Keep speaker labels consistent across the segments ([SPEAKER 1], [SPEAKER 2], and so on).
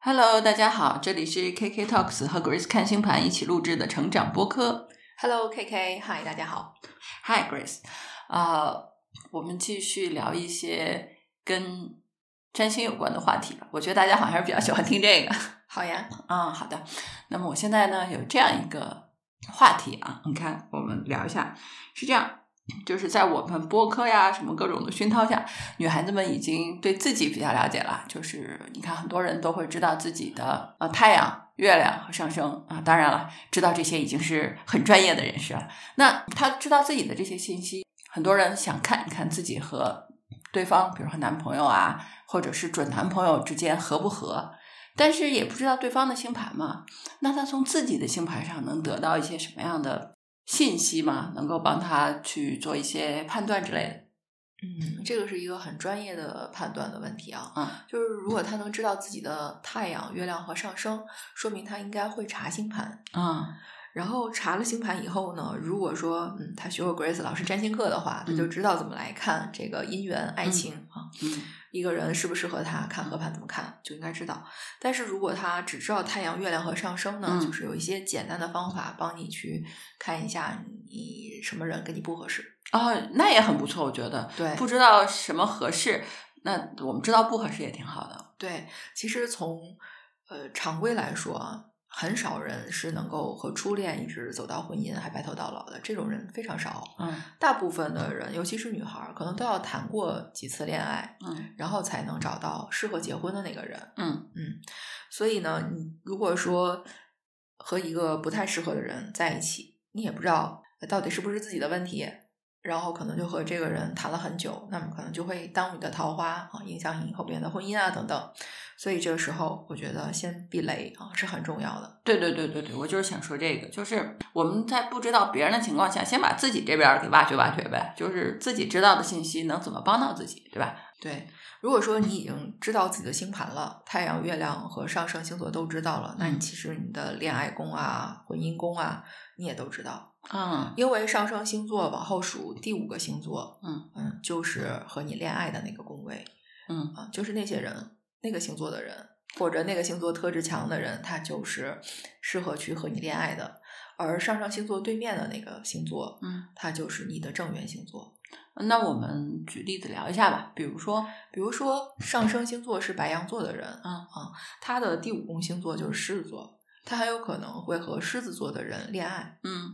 [SPEAKER 1] Hello，大家好，这里是 KK Talks 和 Grace 看星盘一起录制的成长播客。
[SPEAKER 2] Hello K K，嗨，大家好。
[SPEAKER 1] Hi Grace，啊、我们继续聊一些跟占星有关的话题吧。我觉得大家好像还是比较喜欢听这个。
[SPEAKER 2] 好呀，
[SPEAKER 1] 嗯，好的。那么我现在呢有这样一个话题啊，你看，我们聊一下，是这样，就是在我们播客呀什么各种的熏陶下，女孩子们已经对自己比较了解了。就是你看，很多人都会知道自己的呃太阳、月亮和上升啊。当然了，知道这些已经是很专业的人士了。那他知道自己的这些信息，很多人想看一看自己和对方，比如说男朋友啊，或者是准男朋友之间合不合。但是也不知道对方的星盘嘛，那他从自己的星盘上能得到一些什么样的信息吗？能够帮他去做一些判断之类的？
[SPEAKER 2] 嗯，这个是一个很专业的判断的问题啊。
[SPEAKER 1] 嗯，
[SPEAKER 2] 就是如果他能知道自己的太阳、月亮和上升，说明他应该会查星盘。
[SPEAKER 1] 啊，
[SPEAKER 2] 然后查了星盘以后呢，如果说嗯他学过 Grace 老师占星课的话，他就知道怎么来看这个姻缘、爱情啊，
[SPEAKER 1] 嗯
[SPEAKER 2] 一个人适不适合他，看合盘怎么看就应该知道。但是如果他只知道太阳、月亮和上升呢，
[SPEAKER 1] 嗯
[SPEAKER 2] 就是有一些简单的方法帮你去看一下你什么人跟你不合适。
[SPEAKER 1] 哦，那也很不错，我觉得。
[SPEAKER 2] 对，
[SPEAKER 1] 不知道什么合适，那我们知道不合适也挺好的。
[SPEAKER 2] 对，其实从呃常规来说啊，很少人是能够和初恋一直走到婚姻还白头到老的，这种人非常少。
[SPEAKER 1] 嗯
[SPEAKER 2] 大部分的人，尤其是女孩儿，可能都要谈过几次恋爱，
[SPEAKER 1] 嗯
[SPEAKER 2] 然后才能找到适合结婚的那个人。
[SPEAKER 1] 嗯
[SPEAKER 2] 所以呢，你如果说和一个不太适合的人在一起，你也不知道到底是不是自己的问题，然后可能就和这个人谈了很久，那么可能就会耽误你的桃花啊，影响你以后别人的婚姻啊等等。所以这个时候，我觉得先避雷啊是很重要的。
[SPEAKER 1] 对对对对对，我就是想说这个，就是我们在不知道别人的情况下，先把自己这边儿给挖掘挖掘呗，就是自己知道的信息能怎么帮到自己，对吧？
[SPEAKER 2] 对，如果说你已经知道自己的星盘了，太阳、月亮和上升星座都知道了，那你其实你的恋爱宫啊、婚姻宫啊，你也都知道。
[SPEAKER 1] 嗯
[SPEAKER 2] 因为上升星座往后数第五个星座，
[SPEAKER 1] 嗯
[SPEAKER 2] 嗯，就是和你恋爱的那个宫位
[SPEAKER 1] 嗯
[SPEAKER 2] 啊，就是那些人，那个星座的人，或者那个星座特质强的人，他就是适合去和你恋爱的。而上升星座对面的那个星座，
[SPEAKER 1] 嗯。
[SPEAKER 2] 它就是你的正缘星座。
[SPEAKER 1] 那我们举例子聊一下吧，比如说，
[SPEAKER 2] 比如说，上升星座是白羊座的人，
[SPEAKER 1] 嗯
[SPEAKER 2] 啊，他的第五宫星座就是狮子座，他很有可能会和狮子座的人恋爱。
[SPEAKER 1] 嗯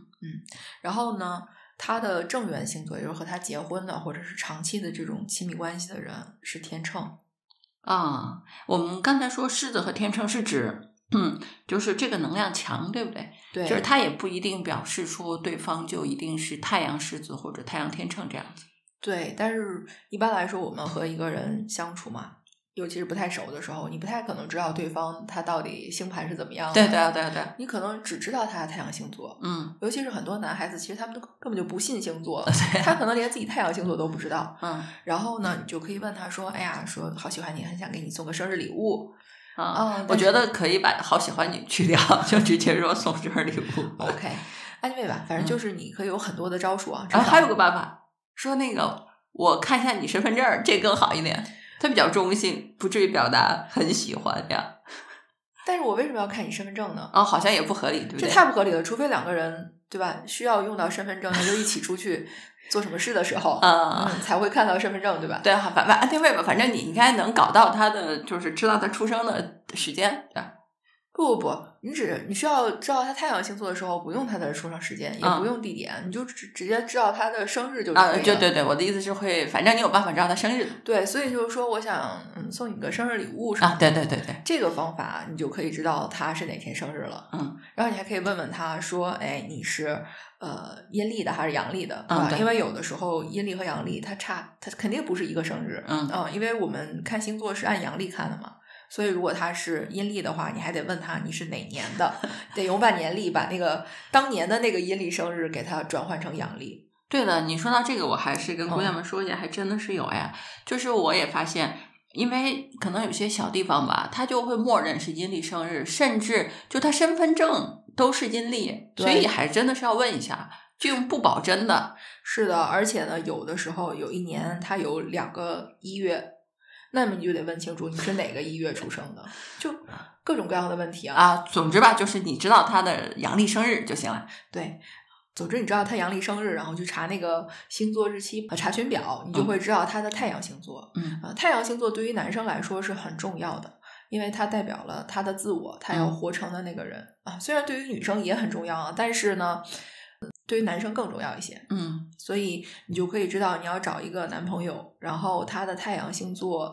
[SPEAKER 2] 然后呢，他的正缘星座，也就是和他结婚的或者是长期的这种亲密关系的人是天秤。
[SPEAKER 1] 啊，我们刚才说狮子和天秤是指，嗯，就是这个能量强，对不对？
[SPEAKER 2] 对
[SPEAKER 1] 就是它也不一定表示说对方就一定是太阳狮子或者太阳天秤这样子。
[SPEAKER 2] 对，但是一般来说，我们和一个人相处嘛，尤其是不太熟的时候，你不太可能知道对方他到底星盘是怎么样的。
[SPEAKER 1] 对对啊对啊对啊，
[SPEAKER 2] 你可能只知道他的太阳星座，
[SPEAKER 1] 嗯
[SPEAKER 2] 尤其是很多男孩子，其实他们都根本就不信星座，他可能连自己太阳星座都不知道。
[SPEAKER 1] 嗯
[SPEAKER 2] 然后呢，你就可以问他说：“哎呀，说好喜欢你，很想给你送个生日礼物。”
[SPEAKER 1] 啊，
[SPEAKER 2] 啊，
[SPEAKER 1] 我
[SPEAKER 2] 但
[SPEAKER 1] 觉
[SPEAKER 2] 是
[SPEAKER 1] 得可以把好喜欢你去掉，就直接说送生日礼物。
[SPEAKER 2] OK，anyway 吧，反正就是你可以有很多的招数啊。
[SPEAKER 1] 然后嗯还有个
[SPEAKER 2] 吧，
[SPEAKER 1] 办法，说那个我看一下你身份证儿，这更好一点，它比较中性，不至于表达很喜欢这样。
[SPEAKER 2] 但是我为什么要看你身份证呢？
[SPEAKER 1] 哦，好像也不合理，对不
[SPEAKER 2] 这
[SPEAKER 1] 对？
[SPEAKER 2] 太不合理了，除非两个人对吧，需要用到身份证，那就一起 出去做什么事的时候，
[SPEAKER 1] 啊、
[SPEAKER 2] 嗯，才会看到身份证，对吧？
[SPEAKER 1] 对啊，反反 anyway 吧，反正你应该能搞到他的，就是知道他出生的时间，对吧？
[SPEAKER 2] 不不不，你只你需要知道他太阳星座的时候，不用他的出生时间，也
[SPEAKER 1] 嗯
[SPEAKER 2] 不用地点，你就直直接知道他的生日就可以
[SPEAKER 1] 啊，
[SPEAKER 2] 了。
[SPEAKER 1] 对对对，我的意思是会，反正你有办法知道他生日
[SPEAKER 2] 对，所以就是说，我想嗯送你个生日礼物什么
[SPEAKER 1] 啊，
[SPEAKER 2] 的
[SPEAKER 1] 对对对对，
[SPEAKER 2] 这个方法，你就可以知道他是哪天生日了。
[SPEAKER 1] 嗯，
[SPEAKER 2] 然后你还可以问问他说：“哎，你是呃阴历的还是阳历的？”
[SPEAKER 1] 嗯
[SPEAKER 2] 吧
[SPEAKER 1] 对
[SPEAKER 2] 因为有的时候阴历和阳历它差，它肯定不是一个生日。
[SPEAKER 1] 嗯
[SPEAKER 2] 嗯，因为我们看星座是按阳历看的嘛，所以如果他是阴历的话，你还得问他你是哪年的， 得用万年历把那个当年的那个阴历生日给它转换成阳历。
[SPEAKER 1] 对的。你说到这个，我还是跟姑娘们说一下，还真的是有呀。就是我也发现，因为可能有些小地方吧，他就会默认是阴历生日，甚至就他身份证都是阴历，所
[SPEAKER 2] 对
[SPEAKER 1] 以还真的是要问一下，就用不保真的。
[SPEAKER 2] 是的，而且呢，有的时候有一年它有两个一月，那么你就得问清楚你是哪个一月出生的，就各种各样的问题啊。
[SPEAKER 1] 啊，总之吧，就是你知道他的阳历生日就行了。
[SPEAKER 2] 对，总之你知道他阳历生日，然后去查那个星座日期呃查询表，你就会知道他的太阳星座。
[SPEAKER 1] 嗯
[SPEAKER 2] 啊，太阳星座对于男生来说是很重要的，因为它代表了他的自我，他要
[SPEAKER 1] 嗯
[SPEAKER 2] 活成的那个人、啊。虽然对于女生也很重要啊，但是呢，嗯对于男生更重要一些。
[SPEAKER 1] 嗯
[SPEAKER 2] 所以你就可以知道你要找一个男朋友，然后他的太阳星座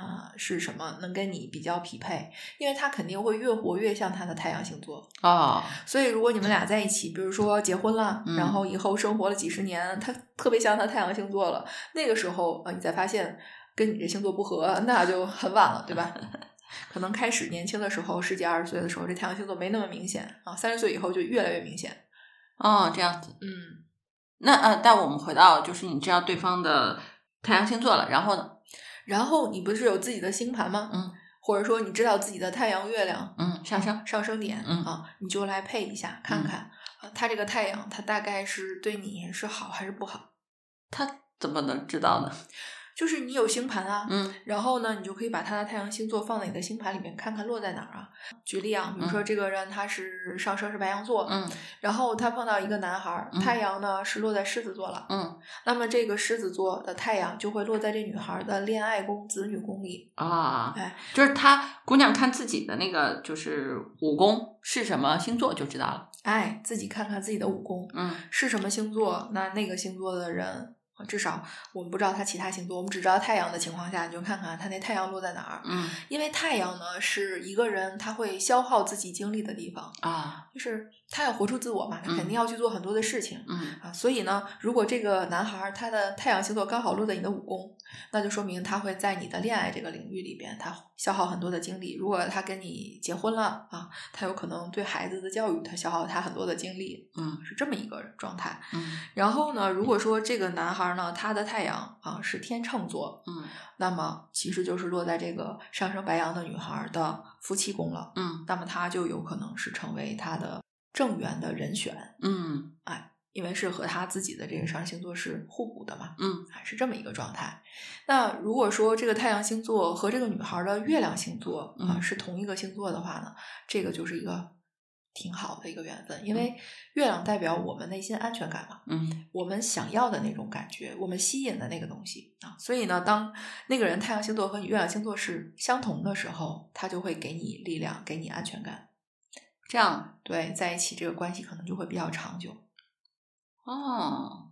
[SPEAKER 2] 啊是什么，能跟你比较匹配，因为他肯定会越活越像他的太阳星座。
[SPEAKER 1] 哦，
[SPEAKER 2] 所以如果你们俩在一起，比如说结婚了，
[SPEAKER 1] 嗯
[SPEAKER 2] 然后以后生活了几十年，他特别像他太阳星座了，那个时候啊，你才发现跟你这星座不合，那就很晚了，对吧？可能开始年轻的时候，十几二十岁的时候，这太阳星座没那么明显啊，三十岁以后就越来越明显。
[SPEAKER 1] 哦，这样子。
[SPEAKER 2] 嗯，
[SPEAKER 1] 那呃，但我们回到就是你知道对方的太阳星座了，然后呢？
[SPEAKER 2] 然后你不是有自己的星盘吗？
[SPEAKER 1] 嗯
[SPEAKER 2] 或者说你知道自己的太阳、月亮
[SPEAKER 1] 嗯，上升。
[SPEAKER 2] 上升点、
[SPEAKER 1] 嗯
[SPEAKER 2] 啊，你就来配一下，看看、呃它这个太阳，它大概是对你是好还是不好？
[SPEAKER 1] 他怎么能知道呢？
[SPEAKER 2] 就是你有星盘啊，
[SPEAKER 1] 嗯
[SPEAKER 2] 然后呢，你就可以把它的太阳星座放在你的星盘里面，看看落在哪儿啊。举例啊，比如说这个人他是上升是白羊座，
[SPEAKER 1] 嗯
[SPEAKER 2] 然后他碰到一个男孩儿，
[SPEAKER 1] 嗯
[SPEAKER 2] 太阳呢是落在狮子座了，
[SPEAKER 1] 嗯
[SPEAKER 2] 那么这个狮子座的太阳就会落在这女孩儿的恋爱宫、子女宫里，
[SPEAKER 1] 啊，
[SPEAKER 2] 哎，
[SPEAKER 1] 就是他姑娘看自己的那个就是武功是什么星座就知道了。
[SPEAKER 2] 哎，自己看看自己的武功，
[SPEAKER 1] 嗯
[SPEAKER 2] 是什么星座，那那个星座的人，呃至少我们不知道他其他星座，我们只知道太阳的情况下，你就看看他那太阳落在哪儿。
[SPEAKER 1] 嗯
[SPEAKER 2] 因为太阳呢，是一个人他会消耗自己精力的地方，
[SPEAKER 1] 啊
[SPEAKER 2] 就是他要活出自我嘛，他
[SPEAKER 1] 嗯
[SPEAKER 2] 肯定要去做很多的事情。
[SPEAKER 1] 嗯
[SPEAKER 2] 啊，所以呢，如果这个男孩儿他的太阳星座刚好落在你的武功，那就说明他会在你的恋爱这个领域里边，他消耗很多的精力。如果他跟你结婚了啊，他有可能对孩子的教育，他消耗他很多的精力，
[SPEAKER 1] 嗯
[SPEAKER 2] 是这么一个状态。
[SPEAKER 1] 嗯
[SPEAKER 2] 然后呢，如果说这个男孩儿呢，他的太阳啊是天秤座，
[SPEAKER 1] 嗯
[SPEAKER 2] 那么其实就是落在这个上升白羊的女孩儿的夫妻宫了，
[SPEAKER 1] 嗯
[SPEAKER 2] 那么他就有可能是成为他的正缘的人选。
[SPEAKER 1] 嗯
[SPEAKER 2] 因为是和他自己的这个上升星座是互补的嘛，
[SPEAKER 1] 嗯，
[SPEAKER 2] 还是这么一个状态。那如果说这个太阳星座和这个女孩的月亮星座啊、
[SPEAKER 1] 嗯
[SPEAKER 2] 是同一个星座的话呢，这个就是一个挺好的一个缘分，因为月亮代表我们内心安全感嘛，
[SPEAKER 1] 嗯
[SPEAKER 2] 我们想要的那种感觉，我们吸引的那个东西啊。所以
[SPEAKER 1] 嗯
[SPEAKER 2] 呢，当那个人太阳星座和你月亮星座是相同的时候，他就会给你力量，给你安全感。
[SPEAKER 1] 这样
[SPEAKER 2] 对，在一起这个关系可能就会比较长久。
[SPEAKER 1] 哦，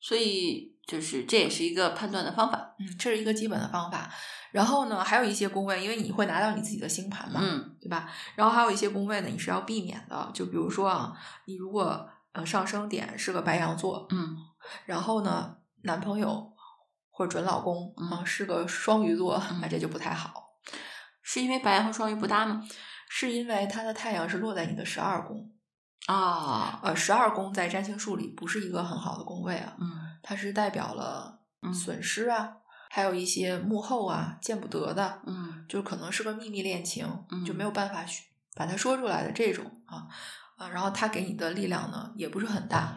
[SPEAKER 1] 所以就是这也是一个判断的方法。
[SPEAKER 2] 嗯，这是一个基本的方法。然后呢，还有一些宫位，因为你会拿到你自己的星盘嘛，
[SPEAKER 1] 嗯
[SPEAKER 2] 对吧？然后还有一些宫位呢，你是要避免的。就比如说啊，你如果呃上升点是个白羊座，
[SPEAKER 1] 嗯
[SPEAKER 2] 然后呢，男朋友或者准老公
[SPEAKER 1] 嗯
[SPEAKER 2] 啊、是个双鱼座，那、
[SPEAKER 1] 嗯
[SPEAKER 2] 这就不太好，
[SPEAKER 1] 是因为白羊和双鱼不搭吗？
[SPEAKER 2] 是因为他的太阳是落在你的十二宫，
[SPEAKER 1] 啊、
[SPEAKER 2] 呃，十二宫在占星术里不是一个很好的宫位啊，
[SPEAKER 1] 嗯
[SPEAKER 2] 它是代表了
[SPEAKER 1] 嗯
[SPEAKER 2] 损失啊，还有一些幕后啊见不得的，
[SPEAKER 1] 嗯
[SPEAKER 2] 就可能是个秘密恋情，
[SPEAKER 1] 嗯
[SPEAKER 2] 就没有办法去把它说出来的这种啊啊，然后他给你的力量呢也不是很大。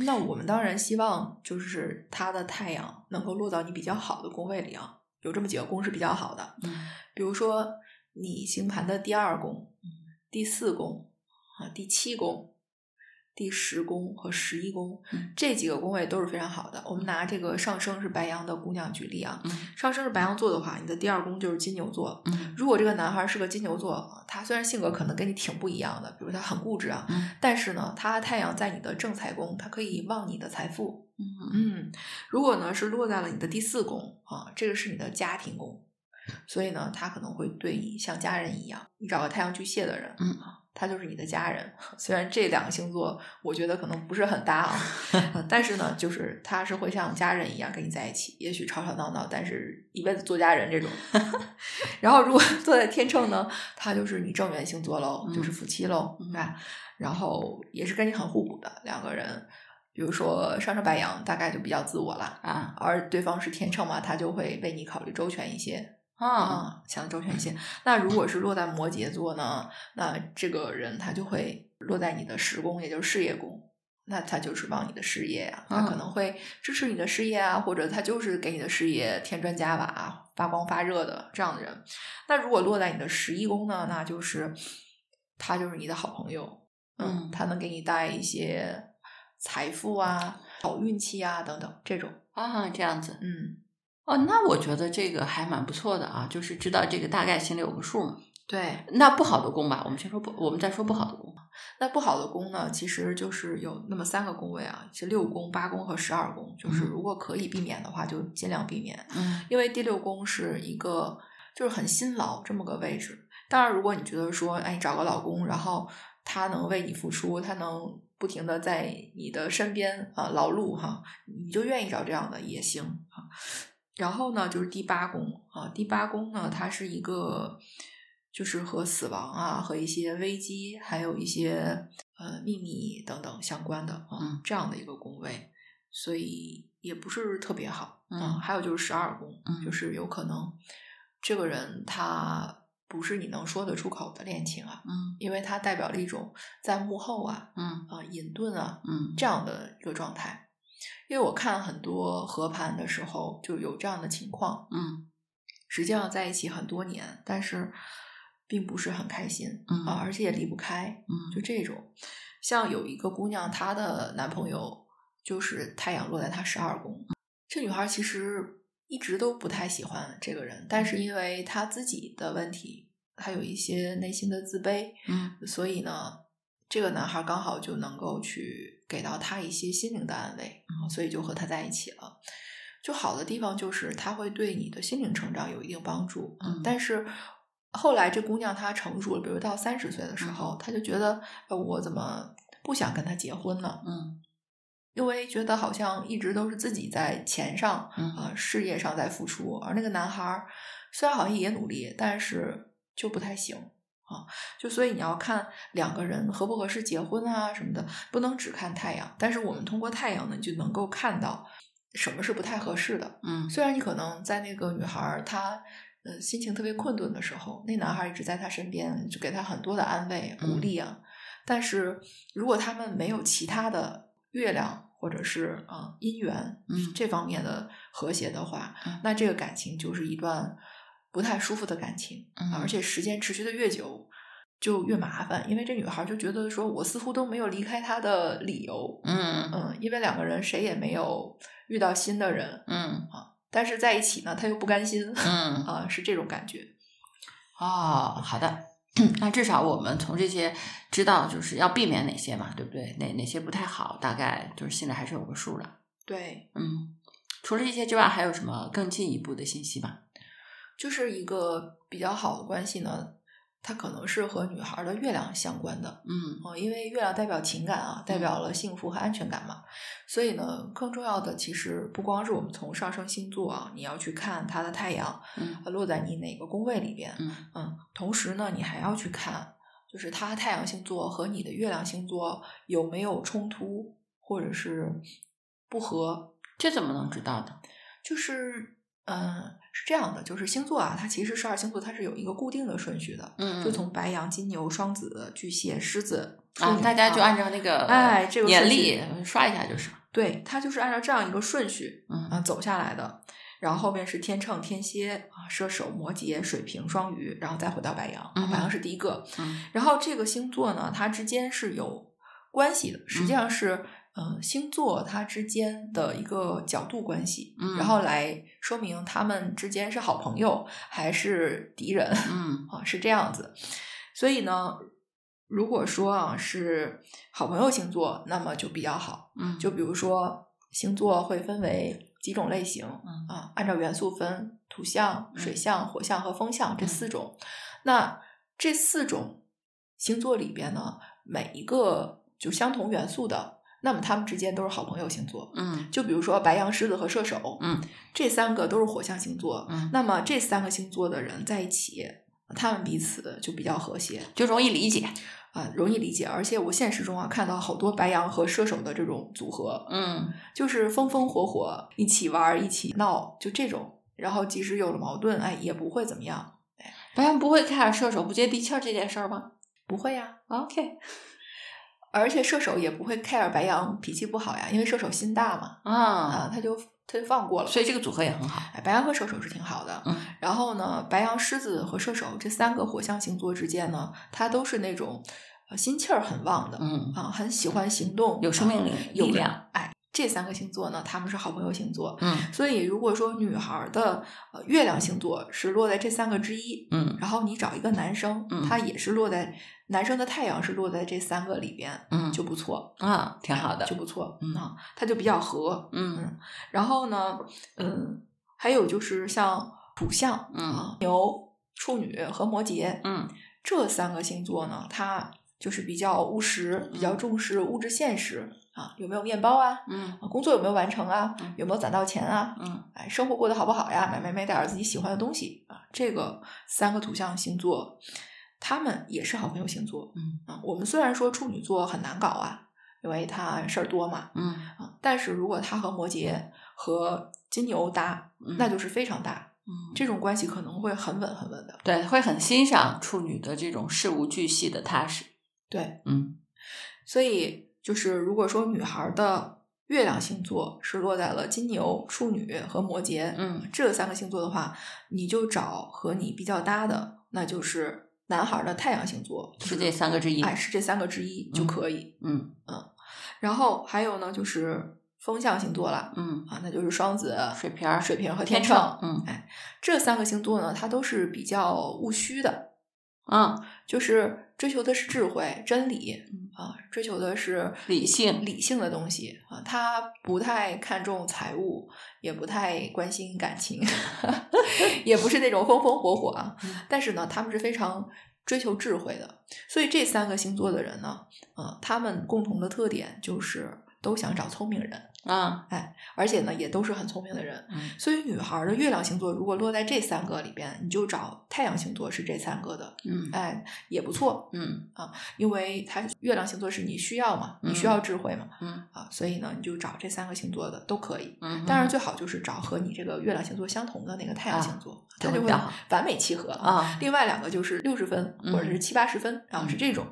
[SPEAKER 2] 那我们当然希望就是他的太阳能够落到你比较好的宫位里啊，有这么几个宫是比较好的，
[SPEAKER 1] 嗯
[SPEAKER 2] 比如说你星盘的第二宫、
[SPEAKER 1] 嗯
[SPEAKER 2] 第四宫啊、第七宫、第十宫和十一宫、
[SPEAKER 1] 嗯
[SPEAKER 2] 这几个宫位都是非常好的。我们拿这个上升是白羊的姑娘举例啊，
[SPEAKER 1] 嗯
[SPEAKER 2] 上升是白羊座的话，你的第二宫就是金牛座。
[SPEAKER 1] 嗯
[SPEAKER 2] 如果这个男孩是个金牛座，啊他虽然性格可能跟你挺不一样的，比如他很固执啊，
[SPEAKER 1] 嗯
[SPEAKER 2] 但是呢，他太阳在你的正财宫，他可以旺你的财富。
[SPEAKER 1] 嗯
[SPEAKER 2] 嗯，如果呢是落在了你的第四宫啊，这个是你的家庭宫，所以呢，他可能会对你像家人一样。你找个太阳巨蟹的人，
[SPEAKER 1] 嗯
[SPEAKER 2] 啊，他就是你的家人。 虽然这两个星座我觉得可能不是很搭啊，呃但是呢，就是他是会像家人一样跟你在一起，也许吵吵闹闹，但是一辈子做家人这种。 然后如果坐在天秤呢，他就是你正缘星座喽，
[SPEAKER 1] 嗯
[SPEAKER 2] 就是夫妻喽，
[SPEAKER 1] 嗯
[SPEAKER 2] 对吧？然后也是跟你很互补的两个人，比如说上升白羊，大概就比较自我啦，
[SPEAKER 1] 啊
[SPEAKER 2] 而对方是天秤嘛，他就会为你考虑周全一些，
[SPEAKER 1] 啊
[SPEAKER 2] 啊、想的周全一些。那如果是落在摩羯座呢，那这个人他就会落在你的十宫，也就是事业宫。那他就是旺你的事业啊，他
[SPEAKER 1] 嗯
[SPEAKER 2] 可能会支持你的事业啊，或者他就是给你的事业添砖加瓦，发光发热的这样的人。那如果落在你的十一宫呢，那就是他就是你的好朋友，
[SPEAKER 1] 嗯
[SPEAKER 2] 他能给你带一些财富啊、好运气啊等等这种，
[SPEAKER 1] 啊，这样子
[SPEAKER 2] 嗯，
[SPEAKER 1] 哦，那我觉得这个还蛮不错的啊，就是知道这个大概心里有个数嘛。
[SPEAKER 2] 对。
[SPEAKER 1] 那不好的宫吧，我们先说不，我们再说不好的宫。
[SPEAKER 2] 那不好的宫呢，其实就是有那么三个宫位啊，是六宫、八宫和十二宫，就是
[SPEAKER 1] 嗯
[SPEAKER 2] 如果可以避免的话，就尽量避免。
[SPEAKER 1] 嗯
[SPEAKER 2] 因为第六宫是一个就是很辛劳这么个位置。当然，如果你觉得说，哎，你找个老公，然后他能为你付出，他能不停的在你的身边啊、呃劳碌哈，你就愿意找这样的也行啊。然后呢，就是第八宫啊，第八宫呢，它是一个就是和死亡啊、和一些危机，还有一些呃秘密等等相关的啊、
[SPEAKER 1] 嗯
[SPEAKER 2] 这样的一个宫位，所以也不是特别好。
[SPEAKER 1] 嗯
[SPEAKER 2] 啊还有就是十二宫，
[SPEAKER 1] 嗯
[SPEAKER 2] 就是有可能这个人他不是你能说得出口的恋情啊，
[SPEAKER 1] 嗯
[SPEAKER 2] 因为它代表了一种在幕后啊
[SPEAKER 1] 嗯
[SPEAKER 2] 啊隐遁啊
[SPEAKER 1] 嗯
[SPEAKER 2] 这样的一个状态。因为我看很多合盘的时候就有这样的情况，
[SPEAKER 1] 嗯
[SPEAKER 2] 实际上在一起很多年，但是并不是很开心
[SPEAKER 1] 嗯
[SPEAKER 2] 啊，而且也离不开，
[SPEAKER 1] 嗯
[SPEAKER 2] 就这种。像有一个姑娘，她的男朋友就是太阳落在她十二
[SPEAKER 1] 嗯
[SPEAKER 2] 宫，这女孩其实一直都不太喜欢这个人，但
[SPEAKER 1] 嗯
[SPEAKER 2] 是因为她自己的问题，她有一些内心的自卑，
[SPEAKER 1] 嗯
[SPEAKER 2] 所以呢，这个男孩刚好就能够去给到她一些心灵的安慰，
[SPEAKER 1] 嗯
[SPEAKER 2] 所以就和她在一起了。就好的地方就是他会对你的心灵成长有一定帮助，
[SPEAKER 1] 嗯
[SPEAKER 2] 但是后来这姑娘她成熟了，比如到三十岁的时
[SPEAKER 1] 嗯
[SPEAKER 2] 候，她就觉得呃我怎么不想跟他结婚呢？
[SPEAKER 1] 嗯
[SPEAKER 2] 因为觉得好像一直都是自己在钱上
[SPEAKER 1] 嗯
[SPEAKER 2] 啊、呃事业上在付出，而那个男孩儿虽然好像也努力，但是就不太行啊。就所以你要看两个人合不合适结婚啊什么的，不能只看太阳。但是我们通过太阳呢，你就能够看到什么是不太合适的。
[SPEAKER 1] 嗯
[SPEAKER 2] 虽然你可能在那个女孩儿她呃心情特别困顿的时候，那男孩儿一直在她身边，就给她很多的安慰
[SPEAKER 1] 嗯
[SPEAKER 2] 鼓励啊。但是如果他们没有其他的月亮或者是啊、呃姻缘
[SPEAKER 1] 嗯
[SPEAKER 2] 这方面的和谐的话，
[SPEAKER 1] 嗯
[SPEAKER 2] 那这个感情就是一段不太舒服的感情，
[SPEAKER 1] 嗯
[SPEAKER 2] 而且时间持续的越久。就越麻烦，因为这女孩儿就觉得说，我似乎都没有离开他的理由，
[SPEAKER 1] 嗯
[SPEAKER 2] 嗯，因为两个人谁也没有遇到新的人，
[SPEAKER 1] 嗯
[SPEAKER 2] 但是在一起呢，他又不甘心，
[SPEAKER 1] 嗯
[SPEAKER 2] 啊、是这种感觉。
[SPEAKER 1] 哦，好的。 那至少我们从这些知道就是要避免哪些嘛，对不对？哪哪些不太好，大概就是心里还是有个数的。
[SPEAKER 2] 对，
[SPEAKER 1] 嗯，除了这些之外，还有什么更进一步的信息吗？
[SPEAKER 2] 就是一个比较好的关系呢，它可能是和女孩的月亮相关的
[SPEAKER 1] 嗯
[SPEAKER 2] 哦，因为月亮代表情感啊，代表了幸福和安全感嘛。所以呢，更重要的其实不光是我们从上升星座啊，你要去看它的太阳
[SPEAKER 1] 嗯
[SPEAKER 2] 呃落在你哪个宫位里边，
[SPEAKER 1] 嗯
[SPEAKER 2] 嗯，同时呢，你还要去看，就是它太阳星座和你的月亮星座有没有冲突，或者是不合，
[SPEAKER 1] 这怎么能知道的？
[SPEAKER 2] 就是，嗯，是这样的，就是星座啊，它其实十二星座它是有一个固定的顺序的，
[SPEAKER 1] 嗯
[SPEAKER 2] 就从白羊、金牛、双子、巨蟹、狮子处
[SPEAKER 1] 啊，
[SPEAKER 2] 女
[SPEAKER 1] 大家就
[SPEAKER 2] 啊
[SPEAKER 1] 按照那个
[SPEAKER 2] 哎这个
[SPEAKER 1] 年
[SPEAKER 2] 顺序
[SPEAKER 1] 历刷一下就是。
[SPEAKER 2] 对，它就是按照这样一个顺序
[SPEAKER 1] 嗯
[SPEAKER 2] 啊走下来的。然后后面是天秤、天蝎啊、射手、摩羯、水瓶、双鱼，然后再回到白羊，啊
[SPEAKER 1] 嗯哼
[SPEAKER 2] 白羊是第一个。
[SPEAKER 1] 嗯
[SPEAKER 2] 然后这个星座呢，它之间是有关系的，
[SPEAKER 1] 嗯
[SPEAKER 2] 实际上是呃星座它之间的一个角度关系，
[SPEAKER 1] 嗯
[SPEAKER 2] 然后来说明他们之间是好朋友还是敌人
[SPEAKER 1] 嗯
[SPEAKER 2] 啊，是这样子。所以呢，如果说啊是好朋友星座，那么就比较好。
[SPEAKER 1] 嗯，
[SPEAKER 2] 就比如说星座会分为几种类型，
[SPEAKER 1] 嗯
[SPEAKER 2] 啊，按照元素分土象、
[SPEAKER 1] 嗯
[SPEAKER 2] 水象、火象和风象这
[SPEAKER 1] 嗯
[SPEAKER 2] 四种。那这四种星座里边呢，每一个就相同元素的，那么它们之间都是好朋友星座。
[SPEAKER 1] 嗯
[SPEAKER 2] 就比如说白羊、狮子和射手，
[SPEAKER 1] 嗯，
[SPEAKER 2] 这三个都是火象星座。
[SPEAKER 1] 嗯，
[SPEAKER 2] 那么这三个星座的人在一起，他们彼此就比较和谐
[SPEAKER 1] 就容易理解。
[SPEAKER 2] 啊，容易理解。而且我现实中啊，看到好多白羊和射手的这种组合，
[SPEAKER 1] 嗯
[SPEAKER 2] 就是风风火火一起玩儿一起闹，就这种。然后即使有了矛盾，哎，也不会怎么样，
[SPEAKER 1] 白羊不会看射手不接地气儿这件事儿吗
[SPEAKER 2] 不会呀、
[SPEAKER 1] ？OK
[SPEAKER 2] 而且射手也不会 care 白羊脾气不好呀，因为射手心大嘛，
[SPEAKER 1] 啊，
[SPEAKER 2] 啊，他就他就放过了。
[SPEAKER 1] 所以这个组合也很好。
[SPEAKER 2] 哎，白羊和射手是挺好的。
[SPEAKER 1] 嗯
[SPEAKER 2] 然后呢，白羊、狮子和射手这三个火象星座之间呢，它都是那种呃心气儿很旺的，
[SPEAKER 1] 嗯，
[SPEAKER 2] 啊，很喜欢行动，
[SPEAKER 1] 有生命力
[SPEAKER 2] 啊
[SPEAKER 1] 有
[SPEAKER 2] 有
[SPEAKER 1] 力量。
[SPEAKER 2] 哎，这三个星座呢，他们是好朋友星座。
[SPEAKER 1] 嗯
[SPEAKER 2] 所以，如果说女孩儿的呃月亮星座是落在这三个之一，
[SPEAKER 1] 嗯
[SPEAKER 2] 然后你找一个男生，
[SPEAKER 1] 嗯
[SPEAKER 2] 他也是落在男生的太阳是落在这三个里边，
[SPEAKER 1] 嗯，
[SPEAKER 2] 就不错，
[SPEAKER 1] 啊，挺好的
[SPEAKER 2] 就，不错，
[SPEAKER 1] 嗯
[SPEAKER 2] 啊，他就比较合。
[SPEAKER 1] 嗯
[SPEAKER 2] 然后呢，嗯，还有就是像土象，
[SPEAKER 1] 嗯
[SPEAKER 2] 处女和摩羯，
[SPEAKER 1] 嗯
[SPEAKER 2] 这三个星座呢，它就是比较务实，比较重视物质现实啊，有没有面包啊？
[SPEAKER 1] 嗯
[SPEAKER 2] 工作有没有完成啊
[SPEAKER 1] 嗯？
[SPEAKER 2] 有没有攒到钱啊？
[SPEAKER 1] 嗯
[SPEAKER 2] 哎，生活过得好不好呀？买买买点儿自己喜欢的东西啊！这个三个土象星座，他们也是好朋友星座。
[SPEAKER 1] 嗯
[SPEAKER 2] 啊，我们虽然说处女座很难搞啊，因为他事儿多嘛
[SPEAKER 1] 嗯，
[SPEAKER 2] 啊，但是如果他和摩羯和金牛搭，那就是非常搭，
[SPEAKER 1] 嗯
[SPEAKER 2] 这种关系可能会很稳很稳的。
[SPEAKER 1] 对，会很欣赏处女的这种事无巨细的踏实。
[SPEAKER 2] 对，
[SPEAKER 1] 嗯
[SPEAKER 2] 所以就是如果说女孩儿的月亮星座是落在了金牛、处女和摩羯，
[SPEAKER 1] 嗯
[SPEAKER 2] 这三个星座的话，你就找和你比较搭的，那就是男孩儿的太阳星座，
[SPEAKER 1] 是这三个之一
[SPEAKER 2] 哎，是这三个之一就
[SPEAKER 1] 嗯
[SPEAKER 2] 可以。
[SPEAKER 1] 嗯
[SPEAKER 2] 然后还有呢，就是风象星座啦，
[SPEAKER 1] 嗯，
[SPEAKER 2] 啊，那就是双子、
[SPEAKER 1] 水瓶儿
[SPEAKER 2] 水瓶和
[SPEAKER 1] 天
[SPEAKER 2] 天
[SPEAKER 1] 秤
[SPEAKER 2] 秤，哎
[SPEAKER 1] 嗯
[SPEAKER 2] 这三个星座呢，它都是比较务虚的，
[SPEAKER 1] 啊
[SPEAKER 2] 就是追求的是智慧、真理
[SPEAKER 1] 嗯
[SPEAKER 2] 啊，追求的是
[SPEAKER 1] 理性
[SPEAKER 2] 理性的东西啊，他不太看重财务，也不太关心感情， 也不是那种风风火火啊
[SPEAKER 1] 嗯。
[SPEAKER 2] 但是呢，他们是非常追求智慧的，所以这三个星座的人呢，啊，他们共同的特点就是都想找聪明人，
[SPEAKER 1] 啊
[SPEAKER 2] 而且呢，也都是很聪明的人。
[SPEAKER 1] 嗯
[SPEAKER 2] 所以，女孩的月亮星座如果落在这三个里边，你就找太阳星座是这三个的，
[SPEAKER 1] 嗯
[SPEAKER 2] 哎，也不错，
[SPEAKER 1] 嗯
[SPEAKER 2] 因为它月亮星座是你需要嘛，你需
[SPEAKER 1] 嗯
[SPEAKER 2] 要智慧嘛，
[SPEAKER 1] 嗯
[SPEAKER 2] 啊，所以呢，你就找这三个星座的都可以。
[SPEAKER 1] 嗯，啊
[SPEAKER 2] 当然，最好就是找和你这个月亮星座相同的那个太阳星座，它
[SPEAKER 1] 就
[SPEAKER 2] 就
[SPEAKER 1] 会
[SPEAKER 2] 会
[SPEAKER 1] 比较好
[SPEAKER 2] 完美契合了。
[SPEAKER 1] 啊
[SPEAKER 2] 另外两个就是六十分或者是
[SPEAKER 1] 嗯
[SPEAKER 2] 七八十分，啊然后是这种。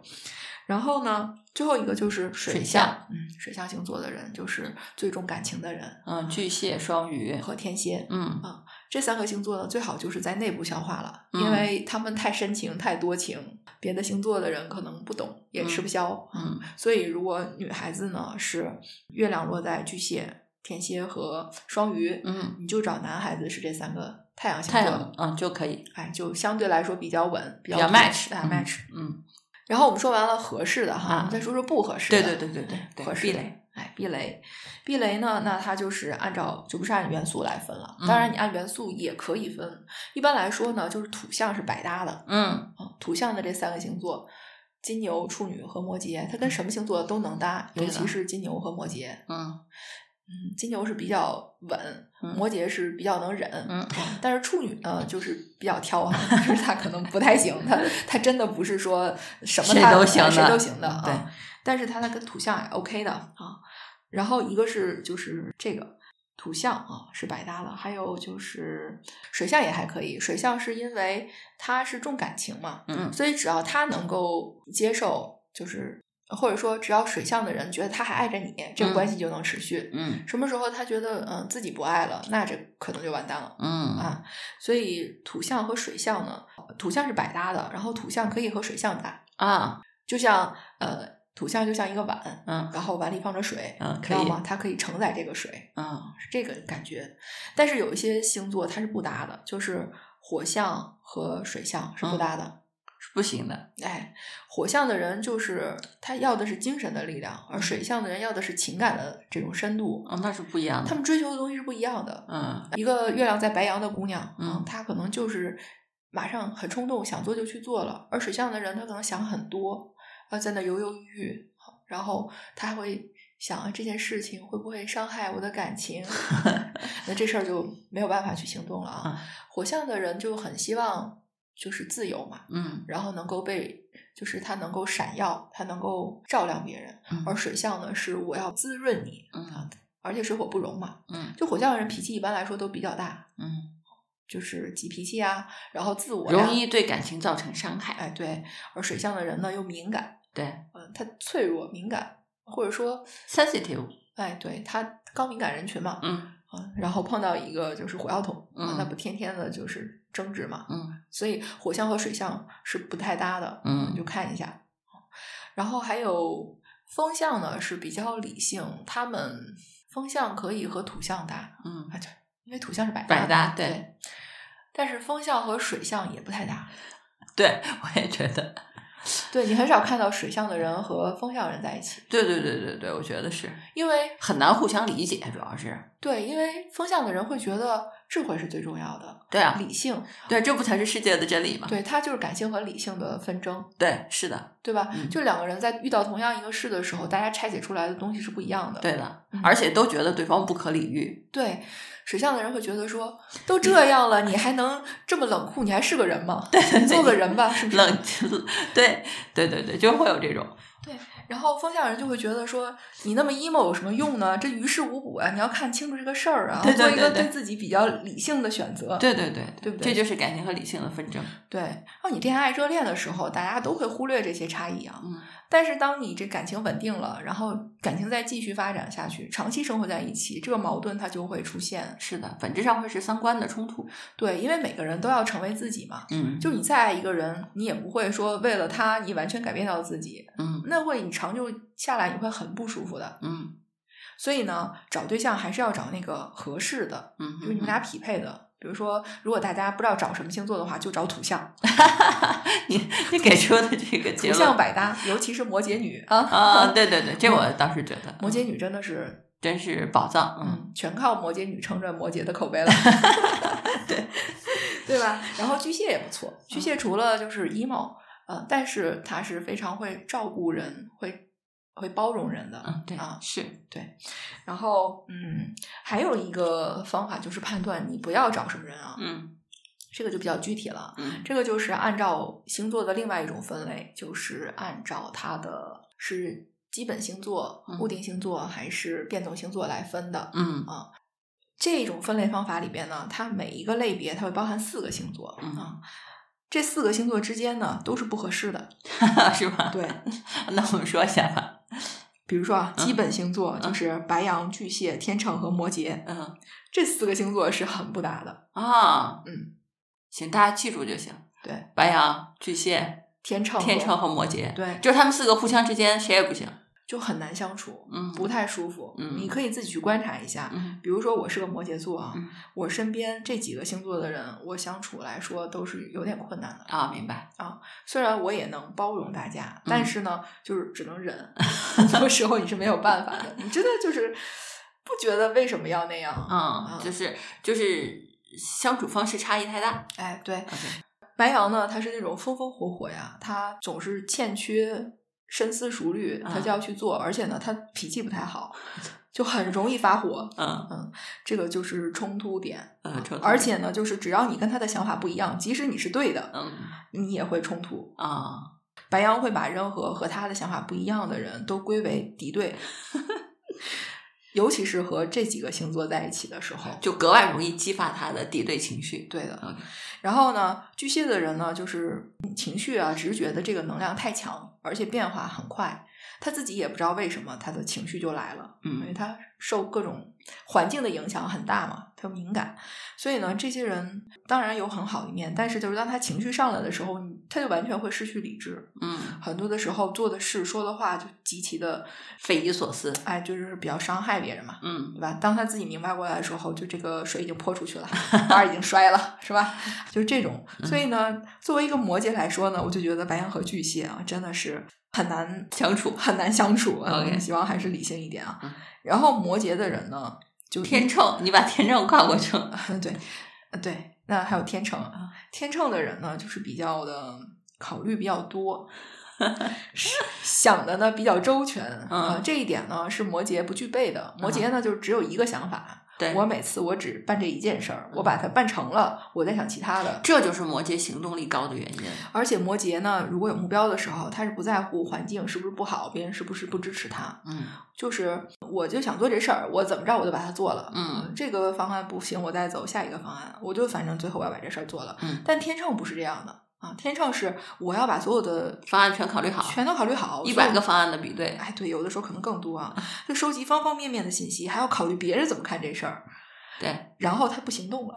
[SPEAKER 2] 然后呢，最后一个就是
[SPEAKER 1] 水
[SPEAKER 2] 水
[SPEAKER 1] 象
[SPEAKER 2] 象，嗯，水象星座的人就是最重感情的人
[SPEAKER 1] 嗯，巨蟹、双鱼，
[SPEAKER 2] 和天蝎。
[SPEAKER 1] 嗯
[SPEAKER 2] 这三个星座呢，最好就是在内部消化了，
[SPEAKER 1] 嗯
[SPEAKER 2] 因为他们太深情、太多情，别的星座的人可能不懂，也吃不消。
[SPEAKER 1] 嗯
[SPEAKER 2] 所以，如果女孩子呢是月亮落在巨蟹、天蝎和双鱼，
[SPEAKER 1] 嗯，
[SPEAKER 2] 你就找男孩子是这三个太阳星
[SPEAKER 1] 太阳
[SPEAKER 2] 座，
[SPEAKER 1] 嗯就可以，
[SPEAKER 2] 哎，就相对来说比较稳，比
[SPEAKER 1] 比
[SPEAKER 2] 较
[SPEAKER 1] 较 match
[SPEAKER 2] 哎
[SPEAKER 1] 嗯
[SPEAKER 2] match。
[SPEAKER 1] 嗯，
[SPEAKER 2] 然后我们说完了合适的哈，
[SPEAKER 1] 啊
[SPEAKER 2] 我们再说说不合适的。
[SPEAKER 1] 对对对对对对，
[SPEAKER 2] 合适
[SPEAKER 1] 避
[SPEAKER 2] 的
[SPEAKER 1] 雷，。
[SPEAKER 2] 哎，避雷，避雷呢？那它就是按照就不是按元素来分了。
[SPEAKER 1] 嗯
[SPEAKER 2] 当然，你按元素也可以分。一般来说呢，就是土象是百搭的
[SPEAKER 1] 嗯
[SPEAKER 2] 啊。土象的这三个星座，金牛、处女和摩羯，它跟什么星座都能搭，尤
[SPEAKER 1] 嗯对的
[SPEAKER 2] 其是金牛和摩羯。
[SPEAKER 1] 嗯
[SPEAKER 2] 嗯，金牛是比较稳，
[SPEAKER 1] 嗯
[SPEAKER 2] 摩羯是比较能忍。
[SPEAKER 1] 嗯
[SPEAKER 2] 但是处女呢，就是比较挑啊， 就是她可能不太行，她她真的不是说什么
[SPEAKER 1] 谁
[SPEAKER 2] 她
[SPEAKER 1] 都行的嗯
[SPEAKER 2] 谁都行的啊。
[SPEAKER 1] 对，
[SPEAKER 2] 但是她她跟土象也 OK 的啊。然后一个是就是这个土象啊是百搭的，还有就是水象也还可以。水象是因为它是重感情嘛，
[SPEAKER 1] 嗯
[SPEAKER 2] 所以只要他能够接受，就是或者说只要水象的人觉得他还爱着你，这
[SPEAKER 1] 嗯
[SPEAKER 2] 个关系就能持续。
[SPEAKER 1] 嗯
[SPEAKER 2] 什么时候他觉得嗯自己不爱了，那这可能就完蛋了。
[SPEAKER 1] 嗯
[SPEAKER 2] 所以土象和水象呢，土象是百搭的，然后土象可以和水象搭，
[SPEAKER 1] 啊
[SPEAKER 2] 就像呃土象就像一个碗，
[SPEAKER 1] 嗯
[SPEAKER 2] 然后碗里放着水，
[SPEAKER 1] 嗯
[SPEAKER 2] 知
[SPEAKER 1] 可
[SPEAKER 2] 道
[SPEAKER 1] 以
[SPEAKER 2] 吗？它可以承载这个水，
[SPEAKER 1] 嗯
[SPEAKER 2] 是这个感觉。但是有一些星座它是不搭的，就是火象和水象是
[SPEAKER 1] 嗯
[SPEAKER 2] 不搭的。
[SPEAKER 1] 是不行的，
[SPEAKER 2] 哎，火象的人就是他要的是精神的力量，
[SPEAKER 1] 嗯
[SPEAKER 2] 而水象的人要的是情感的这种深度。
[SPEAKER 1] 哦那是不一样
[SPEAKER 2] 他
[SPEAKER 1] 的，
[SPEAKER 2] 们追求的东西是不一样的。
[SPEAKER 1] 嗯
[SPEAKER 2] 一个月亮在白羊的姑娘，
[SPEAKER 1] 嗯
[SPEAKER 2] 她可能就是马上很冲动，想做就去做了；而水象的人，他可能想很多，啊，在那犹犹豫豫，然后他还会想啊这件事情会不会伤害我的 感情，那这事儿就没有办法去行动了啊。
[SPEAKER 1] 啊
[SPEAKER 2] 火象的人就很希望就是自由嘛，
[SPEAKER 1] 嗯
[SPEAKER 2] 然后能够被，就是它能够闪耀，它能够照亮别人。
[SPEAKER 1] 嗯
[SPEAKER 2] 而水象呢，是我要滋润你，
[SPEAKER 1] 嗯
[SPEAKER 2] 而且水火不容嘛。
[SPEAKER 1] 嗯
[SPEAKER 2] 就火象的人脾气一般来说都比较大，
[SPEAKER 1] 嗯，
[SPEAKER 2] 就是急脾气啊，然后自我呀
[SPEAKER 1] 容易对感情造成伤害，
[SPEAKER 2] 哎对。而水象的人呢又敏感，
[SPEAKER 1] 对
[SPEAKER 2] 嗯，他脆弱敏感，或者说
[SPEAKER 1] ，sensitive，
[SPEAKER 2] 哎对他高敏感人群嘛，
[SPEAKER 1] 嗯
[SPEAKER 2] 啊，然后碰到一个就是火药桶，啊
[SPEAKER 1] 嗯
[SPEAKER 2] 那不天天的就是争执嘛，
[SPEAKER 1] 嗯
[SPEAKER 2] 所以火象和水象是不太搭的，
[SPEAKER 1] 嗯
[SPEAKER 2] 你就看一下。然后还有风象呢是比较理性，他们风象可以和土象搭，
[SPEAKER 1] 嗯，
[SPEAKER 2] 啊对，因为土象是百
[SPEAKER 1] 百搭
[SPEAKER 2] 搭嘛，
[SPEAKER 1] 对
[SPEAKER 2] 对。但是风象和水象也不太搭，
[SPEAKER 1] 对，我也觉得，
[SPEAKER 2] 对你很少看到水象的人和风象人在一起，
[SPEAKER 1] 对对对对对，我觉得是
[SPEAKER 2] 因为
[SPEAKER 1] 很难互相理解，主要是
[SPEAKER 2] 对，因为风象的人会觉得智慧是最重要的，
[SPEAKER 1] 对啊，
[SPEAKER 2] 理性，
[SPEAKER 1] 对，这不才是世界的真理吗？
[SPEAKER 2] 对他就是感性和理性的纷争，
[SPEAKER 1] 对，是的，
[SPEAKER 2] 对吧？
[SPEAKER 1] 嗯
[SPEAKER 2] 就两个人在遇到同样一个事的时候，大家拆解出来的东西是不一样的。
[SPEAKER 1] 对的
[SPEAKER 2] 嗯，
[SPEAKER 1] 而且都觉得对方不可理 喻，
[SPEAKER 2] 对，水象的人会觉得说，都这样了，你还能这么冷酷，你还是个人吗？
[SPEAKER 1] 对
[SPEAKER 2] 做个人吧，是不 是？
[SPEAKER 1] 冷，对对对对，就会有这种，
[SPEAKER 2] 然后风象人就会觉得说，你那么 emo 有什么用呢？这于事无补啊！你要看清楚这个事儿啊，
[SPEAKER 1] 对对
[SPEAKER 2] 做一
[SPEAKER 1] 对
[SPEAKER 2] 个
[SPEAKER 1] 对
[SPEAKER 2] 对自己比较理性的选择。
[SPEAKER 1] 对对对
[SPEAKER 2] 对不对
[SPEAKER 1] 这就是感情和理性的纷争，
[SPEAKER 2] 对，然后你恋爱热恋的时候，大家都会忽略这些差异啊。
[SPEAKER 1] 嗯
[SPEAKER 2] 但是当你这感情稳定了，然后感情再继续发展下去，长期生活在一起，这个矛盾它就会出现。
[SPEAKER 1] 是的，本质上会是三观的冲突，
[SPEAKER 2] 对，因为每个人都要成为自己嘛。
[SPEAKER 1] 嗯
[SPEAKER 2] 就你再爱一个人，你也不会说为了他你完全改变到自己，
[SPEAKER 1] 嗯
[SPEAKER 2] 那会你长久下来你会很不舒服的。
[SPEAKER 1] 嗯
[SPEAKER 2] 所以呢，找对象还是要找那个合适的，
[SPEAKER 1] 嗯，
[SPEAKER 2] 就是你们俩匹配的。比如说，如果大家不知道找什么星座的话，就找土象，
[SPEAKER 1] 你你给出的这个结论
[SPEAKER 2] 土象百搭，尤其是摩 羯女
[SPEAKER 1] 啊，对对对，这我
[SPEAKER 2] 嗯
[SPEAKER 1] 倒是觉得嗯
[SPEAKER 2] 摩羯女真的是，
[SPEAKER 1] 真是宝藏，嗯
[SPEAKER 2] 嗯，全靠摩羯女撑着摩羯的口碑 了，对 对吧？然后巨蟹也不错，
[SPEAKER 1] 嗯
[SPEAKER 2] 巨蟹除了就是 emo，呃，但是他是非常会照顾人，会会包容人的。
[SPEAKER 1] 嗯，对
[SPEAKER 2] 啊，
[SPEAKER 1] 是
[SPEAKER 2] 然后，嗯，还有一个方法就是判断你不要找什么人啊，
[SPEAKER 1] 嗯
[SPEAKER 2] 这个就比较具体了。
[SPEAKER 1] 嗯
[SPEAKER 2] 这个就是按照星座的另外一种分类，就是按照它的是基本星座、
[SPEAKER 1] 嗯
[SPEAKER 2] 固定星座还是变动星座来分的。
[SPEAKER 1] 嗯
[SPEAKER 2] 这种分类方法里边呢，它每一个类别它会包含四个星座啊、
[SPEAKER 1] 嗯
[SPEAKER 2] 这四个星座之间呢都是不合适的。
[SPEAKER 1] 嗯 是吧？
[SPEAKER 2] 对，
[SPEAKER 1] 那我们说一下吧，
[SPEAKER 2] 比如说啊，
[SPEAKER 1] 嗯
[SPEAKER 2] 基本星座就是白羊、巨蟹、天秤和摩羯，
[SPEAKER 1] 嗯
[SPEAKER 2] 这四个星座是很不搭的。
[SPEAKER 1] 啊，
[SPEAKER 2] 嗯，
[SPEAKER 1] 行，大家记住就行。
[SPEAKER 2] 对，
[SPEAKER 1] 白羊、巨蟹、
[SPEAKER 2] 天秤和，
[SPEAKER 1] 天秤和摩羯，
[SPEAKER 2] 嗯对，
[SPEAKER 1] 就是他们四个互相之间谁也不行。
[SPEAKER 2] 就很难相处，
[SPEAKER 1] 嗯，
[SPEAKER 2] 不太舒服。
[SPEAKER 1] 嗯
[SPEAKER 2] 你可以自己去观察一下。
[SPEAKER 1] 嗯
[SPEAKER 2] 比如说我是个摩羯座啊，
[SPEAKER 1] 嗯
[SPEAKER 2] 我身边这几个星座的人，我相处来说都是有点困难的。
[SPEAKER 1] 啊，明白。
[SPEAKER 2] 虽然我也能包容大家，
[SPEAKER 1] 嗯
[SPEAKER 2] 但是呢，就是只能忍，很多时候你是没有办法的。你真的就是不觉得为什么要那样？
[SPEAKER 1] 嗯，
[SPEAKER 2] 嗯
[SPEAKER 1] 就是就是相处方式差异太大。
[SPEAKER 2] 哎，对，
[SPEAKER 1] OK，
[SPEAKER 2] 白羊呢，他是那种风风火火呀，他总是欠缺深思熟虑，他
[SPEAKER 1] 嗯
[SPEAKER 2] 就要去做，而且呢，他脾气不太好，就很容易发火。
[SPEAKER 1] 嗯
[SPEAKER 2] 这个就是冲突点，
[SPEAKER 1] 嗯，冲突
[SPEAKER 2] 而且呢，就是只要你跟他的想法不一样，即使你是对的，
[SPEAKER 1] 嗯
[SPEAKER 2] 你也会冲突。
[SPEAKER 1] 啊，
[SPEAKER 2] 白羊会把任何和他的想法不一样的人都归为敌对， 尤其是和这几个星座在一起的时候。
[SPEAKER 1] 就格外容易激发他的敌对情绪。
[SPEAKER 2] 对的
[SPEAKER 1] OK
[SPEAKER 2] 然后呢，巨蟹的人呢，就是情绪啊、直觉的这个能量太强，而且变化很快，他自己也不知道为什么他的情绪就来了，因为
[SPEAKER 1] 嗯
[SPEAKER 2] 他受各种环境的影响很大嘛，他敏感，所以呢，这些人当然有很好的一面，但是就是当他情绪上来的时候，你他就完全会失去理智，
[SPEAKER 1] 嗯，
[SPEAKER 2] 很多的时候做的事、说的话就极其的，
[SPEAKER 1] 匪夷所思。
[SPEAKER 2] 哎，就是比较伤害别人嘛，
[SPEAKER 1] 嗯
[SPEAKER 2] 对吧？当他自己明白过来的时候，就这个水已经泼出去了， 花儿已经摔了，是吧？ 就是这种。
[SPEAKER 1] 嗯
[SPEAKER 2] 所以呢，作为一个摩羯来说呢，我就觉得白羊和巨蟹啊，真的是很难
[SPEAKER 1] 相处
[SPEAKER 2] 很难相处。嗯
[SPEAKER 1] OK
[SPEAKER 2] 希望还是理性一点啊
[SPEAKER 1] 嗯。
[SPEAKER 2] 然后摩羯的人呢，就
[SPEAKER 1] 天秤，你把天秤跨过去了。
[SPEAKER 2] 对，呃对，那还有天秤
[SPEAKER 1] 啊，
[SPEAKER 2] 天秤的人呢，就是比较的考虑比较多，是想的呢比较周全啊、
[SPEAKER 1] 嗯
[SPEAKER 2] 呃这一点呢是摩羯不具备的。摩羯呢，就只有一个想法，
[SPEAKER 1] 对，
[SPEAKER 2] 我每次我只办这一件事儿，我把它办成了，我再想其他的。
[SPEAKER 1] 这就是摩羯行动力高的原因。
[SPEAKER 2] 而且摩羯呢，如果有目标的时候，他是不在乎环境是不是不好，别人是不是不支持他，
[SPEAKER 1] 嗯
[SPEAKER 2] 就是我就想做这事儿，我怎么着我就把它做了。
[SPEAKER 1] 嗯
[SPEAKER 2] 这个方案不行，我再走下一个方案，我就反正最后我要把这事儿做了。
[SPEAKER 1] 嗯，
[SPEAKER 2] 但天秤不是这样的啊，天秤是我要把所有的
[SPEAKER 1] 方案全考虑好，
[SPEAKER 2] 全都考虑好，哎
[SPEAKER 1] 一百
[SPEAKER 2] 所有
[SPEAKER 1] 个嗯方案的比对。
[SPEAKER 2] 哎，对，有的时候可能更多啊，就收集方方面面的信息，还要考虑别人怎么看这事儿。
[SPEAKER 1] 对
[SPEAKER 2] 然后他不行动了。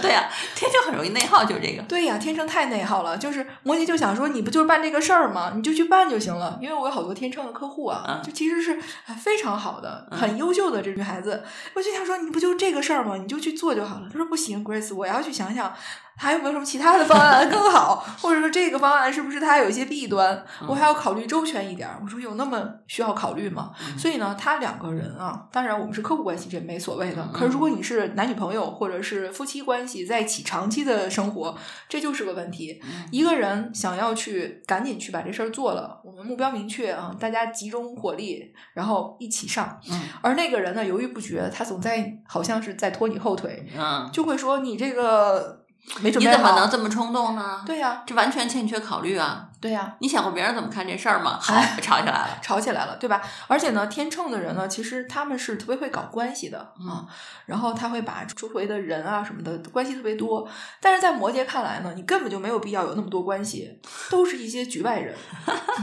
[SPEAKER 1] 对呀、天秤很容易内耗，就这个。
[SPEAKER 2] 对呀，天秤太内耗了。就是摩羯就想说，你不就是办这个事儿吗？你就去办就行了。因为我有好多天秤的客户啊，
[SPEAKER 1] 嗯
[SPEAKER 2] 就其实是啊非常好的、
[SPEAKER 1] 嗯
[SPEAKER 2] 很优秀的这女孩子。我就想说，你不就是这个事儿吗？你就去做就好了。她说不行，Grace，我要去想想还有没有什么其他的 方案更好，或者说这个方案是不是它有一些弊端，我
[SPEAKER 1] 嗯
[SPEAKER 2] 还要考虑周全一点儿。我说有那么需要考虑吗？
[SPEAKER 1] 嗯
[SPEAKER 2] 所以呢，他两个人啊，当然我们是客户关系，这没所谓的
[SPEAKER 1] 嗯。
[SPEAKER 2] 可是如果你是男女朋友或者是夫妻关系，在一起长期的生活，这就是个问题。
[SPEAKER 1] 以
[SPEAKER 2] 一个人想要去赶紧去把这事儿做了，我们目标明确啊，大家集中火力，然后一起上。
[SPEAKER 1] 嗯
[SPEAKER 2] 而那个人呢，犹豫不决，他总在好像是在拖你后腿，
[SPEAKER 1] 嗯，
[SPEAKER 2] 就会说你这个没准
[SPEAKER 1] 你
[SPEAKER 2] 备
[SPEAKER 1] 怎么
[SPEAKER 2] 好。
[SPEAKER 1] 能这么冲动呢？
[SPEAKER 2] 对呀、
[SPEAKER 1] 这完全欠缺考虑啊！
[SPEAKER 2] 对呀、
[SPEAKER 1] 你想过别人怎么看这事儿吗？好，
[SPEAKER 2] 哎
[SPEAKER 1] 吵起来了。
[SPEAKER 2] 吵起来了，对吧？而且呢，天秤的人呢，其实他们是特别会搞关系的
[SPEAKER 1] 嗯
[SPEAKER 2] 啊、然后他会把周围的人啊什么的关系特别多。但是在摩羯看来呢，你根本就没有必要有那么多关系，都是一些局外 人。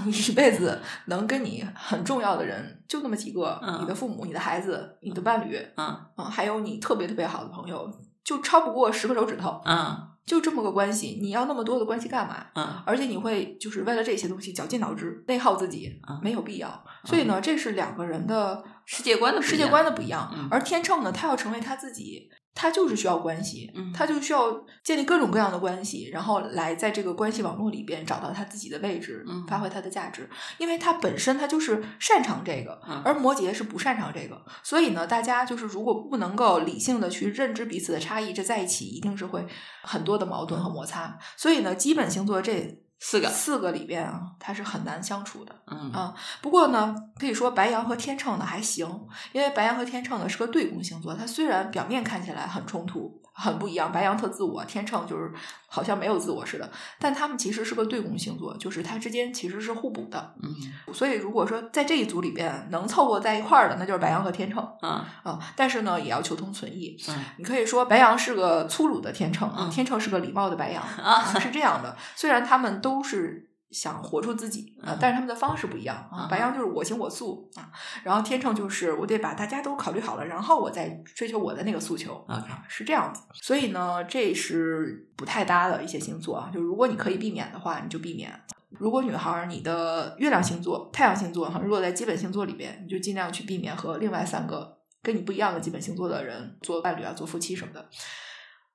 [SPEAKER 2] 你一辈子能跟你很重要的人就那么几个，
[SPEAKER 1] 嗯
[SPEAKER 2] 你的父母、你的孩子、你的伴侣，
[SPEAKER 1] 嗯
[SPEAKER 2] 嗯，还有你特别特别好的朋友，就超不过十个手指头，
[SPEAKER 1] 嗯
[SPEAKER 2] 就这么个关系。你要那么多的关系干嘛？
[SPEAKER 1] 嗯
[SPEAKER 2] 而且你会就是为了这些东西绞尽脑汁、内耗自己
[SPEAKER 1] 啊，
[SPEAKER 2] 没有必要。所以呢，这是两个人的
[SPEAKER 1] 世界观的不一样
[SPEAKER 2] 世界观的不一样。
[SPEAKER 1] 嗯
[SPEAKER 2] 而天秤呢，他要成为他自己，他就是需要关系，
[SPEAKER 1] 嗯
[SPEAKER 2] 他就需要建立各种各样的关系，然后来在这个关系网络里边找到他自己的位置，
[SPEAKER 1] 嗯
[SPEAKER 2] 发挥他的价值。因为他本身他就是擅长这个，
[SPEAKER 1] 嗯
[SPEAKER 2] 而摩羯是不擅长这个。所以呢，大家就是如果不能够理性的去认知彼此的差异，这在一起一定是会很多的矛盾和摩擦。所以呢，基本星座这
[SPEAKER 1] 四个
[SPEAKER 2] 四个里边啊，它是很难相处的。
[SPEAKER 1] 嗯
[SPEAKER 2] 啊不过呢，可以说白羊和天秤呢还行，因为白羊和天秤呢是个对宫星座，它虽然表面看起来很冲突、很不一样，白羊特自我，天秤就是好像没有自我似的，但他们其实是个对宫星座，就是它之间其实是互补的。
[SPEAKER 1] 嗯
[SPEAKER 2] 所以如果说在这一组里边能凑合在一块儿的，那就是白羊和天秤
[SPEAKER 1] 嗯
[SPEAKER 2] 啊，但是呢也要求同存异，
[SPEAKER 1] 嗯
[SPEAKER 2] 你可以说白羊是个粗鲁的天秤，
[SPEAKER 1] 嗯
[SPEAKER 2] 天秤是个礼貌的白羊，
[SPEAKER 1] 啊
[SPEAKER 2] 是这样的。虽然他们都是想活出自己，啊
[SPEAKER 1] 嗯
[SPEAKER 2] 但是他们的方式不一样啊。
[SPEAKER 1] 嗯
[SPEAKER 2] 白羊就是我行我素啊，然后天秤就是我得把大家都考虑好了，然后我再追求我的那个诉求。啊
[SPEAKER 1] ，OK，
[SPEAKER 2] 是这样子，所以呢，这是不太搭的一些星座啊。就如果你可以避免的话，你就避免。如果女孩儿你的月亮星座、太阳星座哈，如果在基本星座里边，你就尽量去避免和另外三个跟你不一样的基本星座的人做伴侣啊、做夫妻什么的，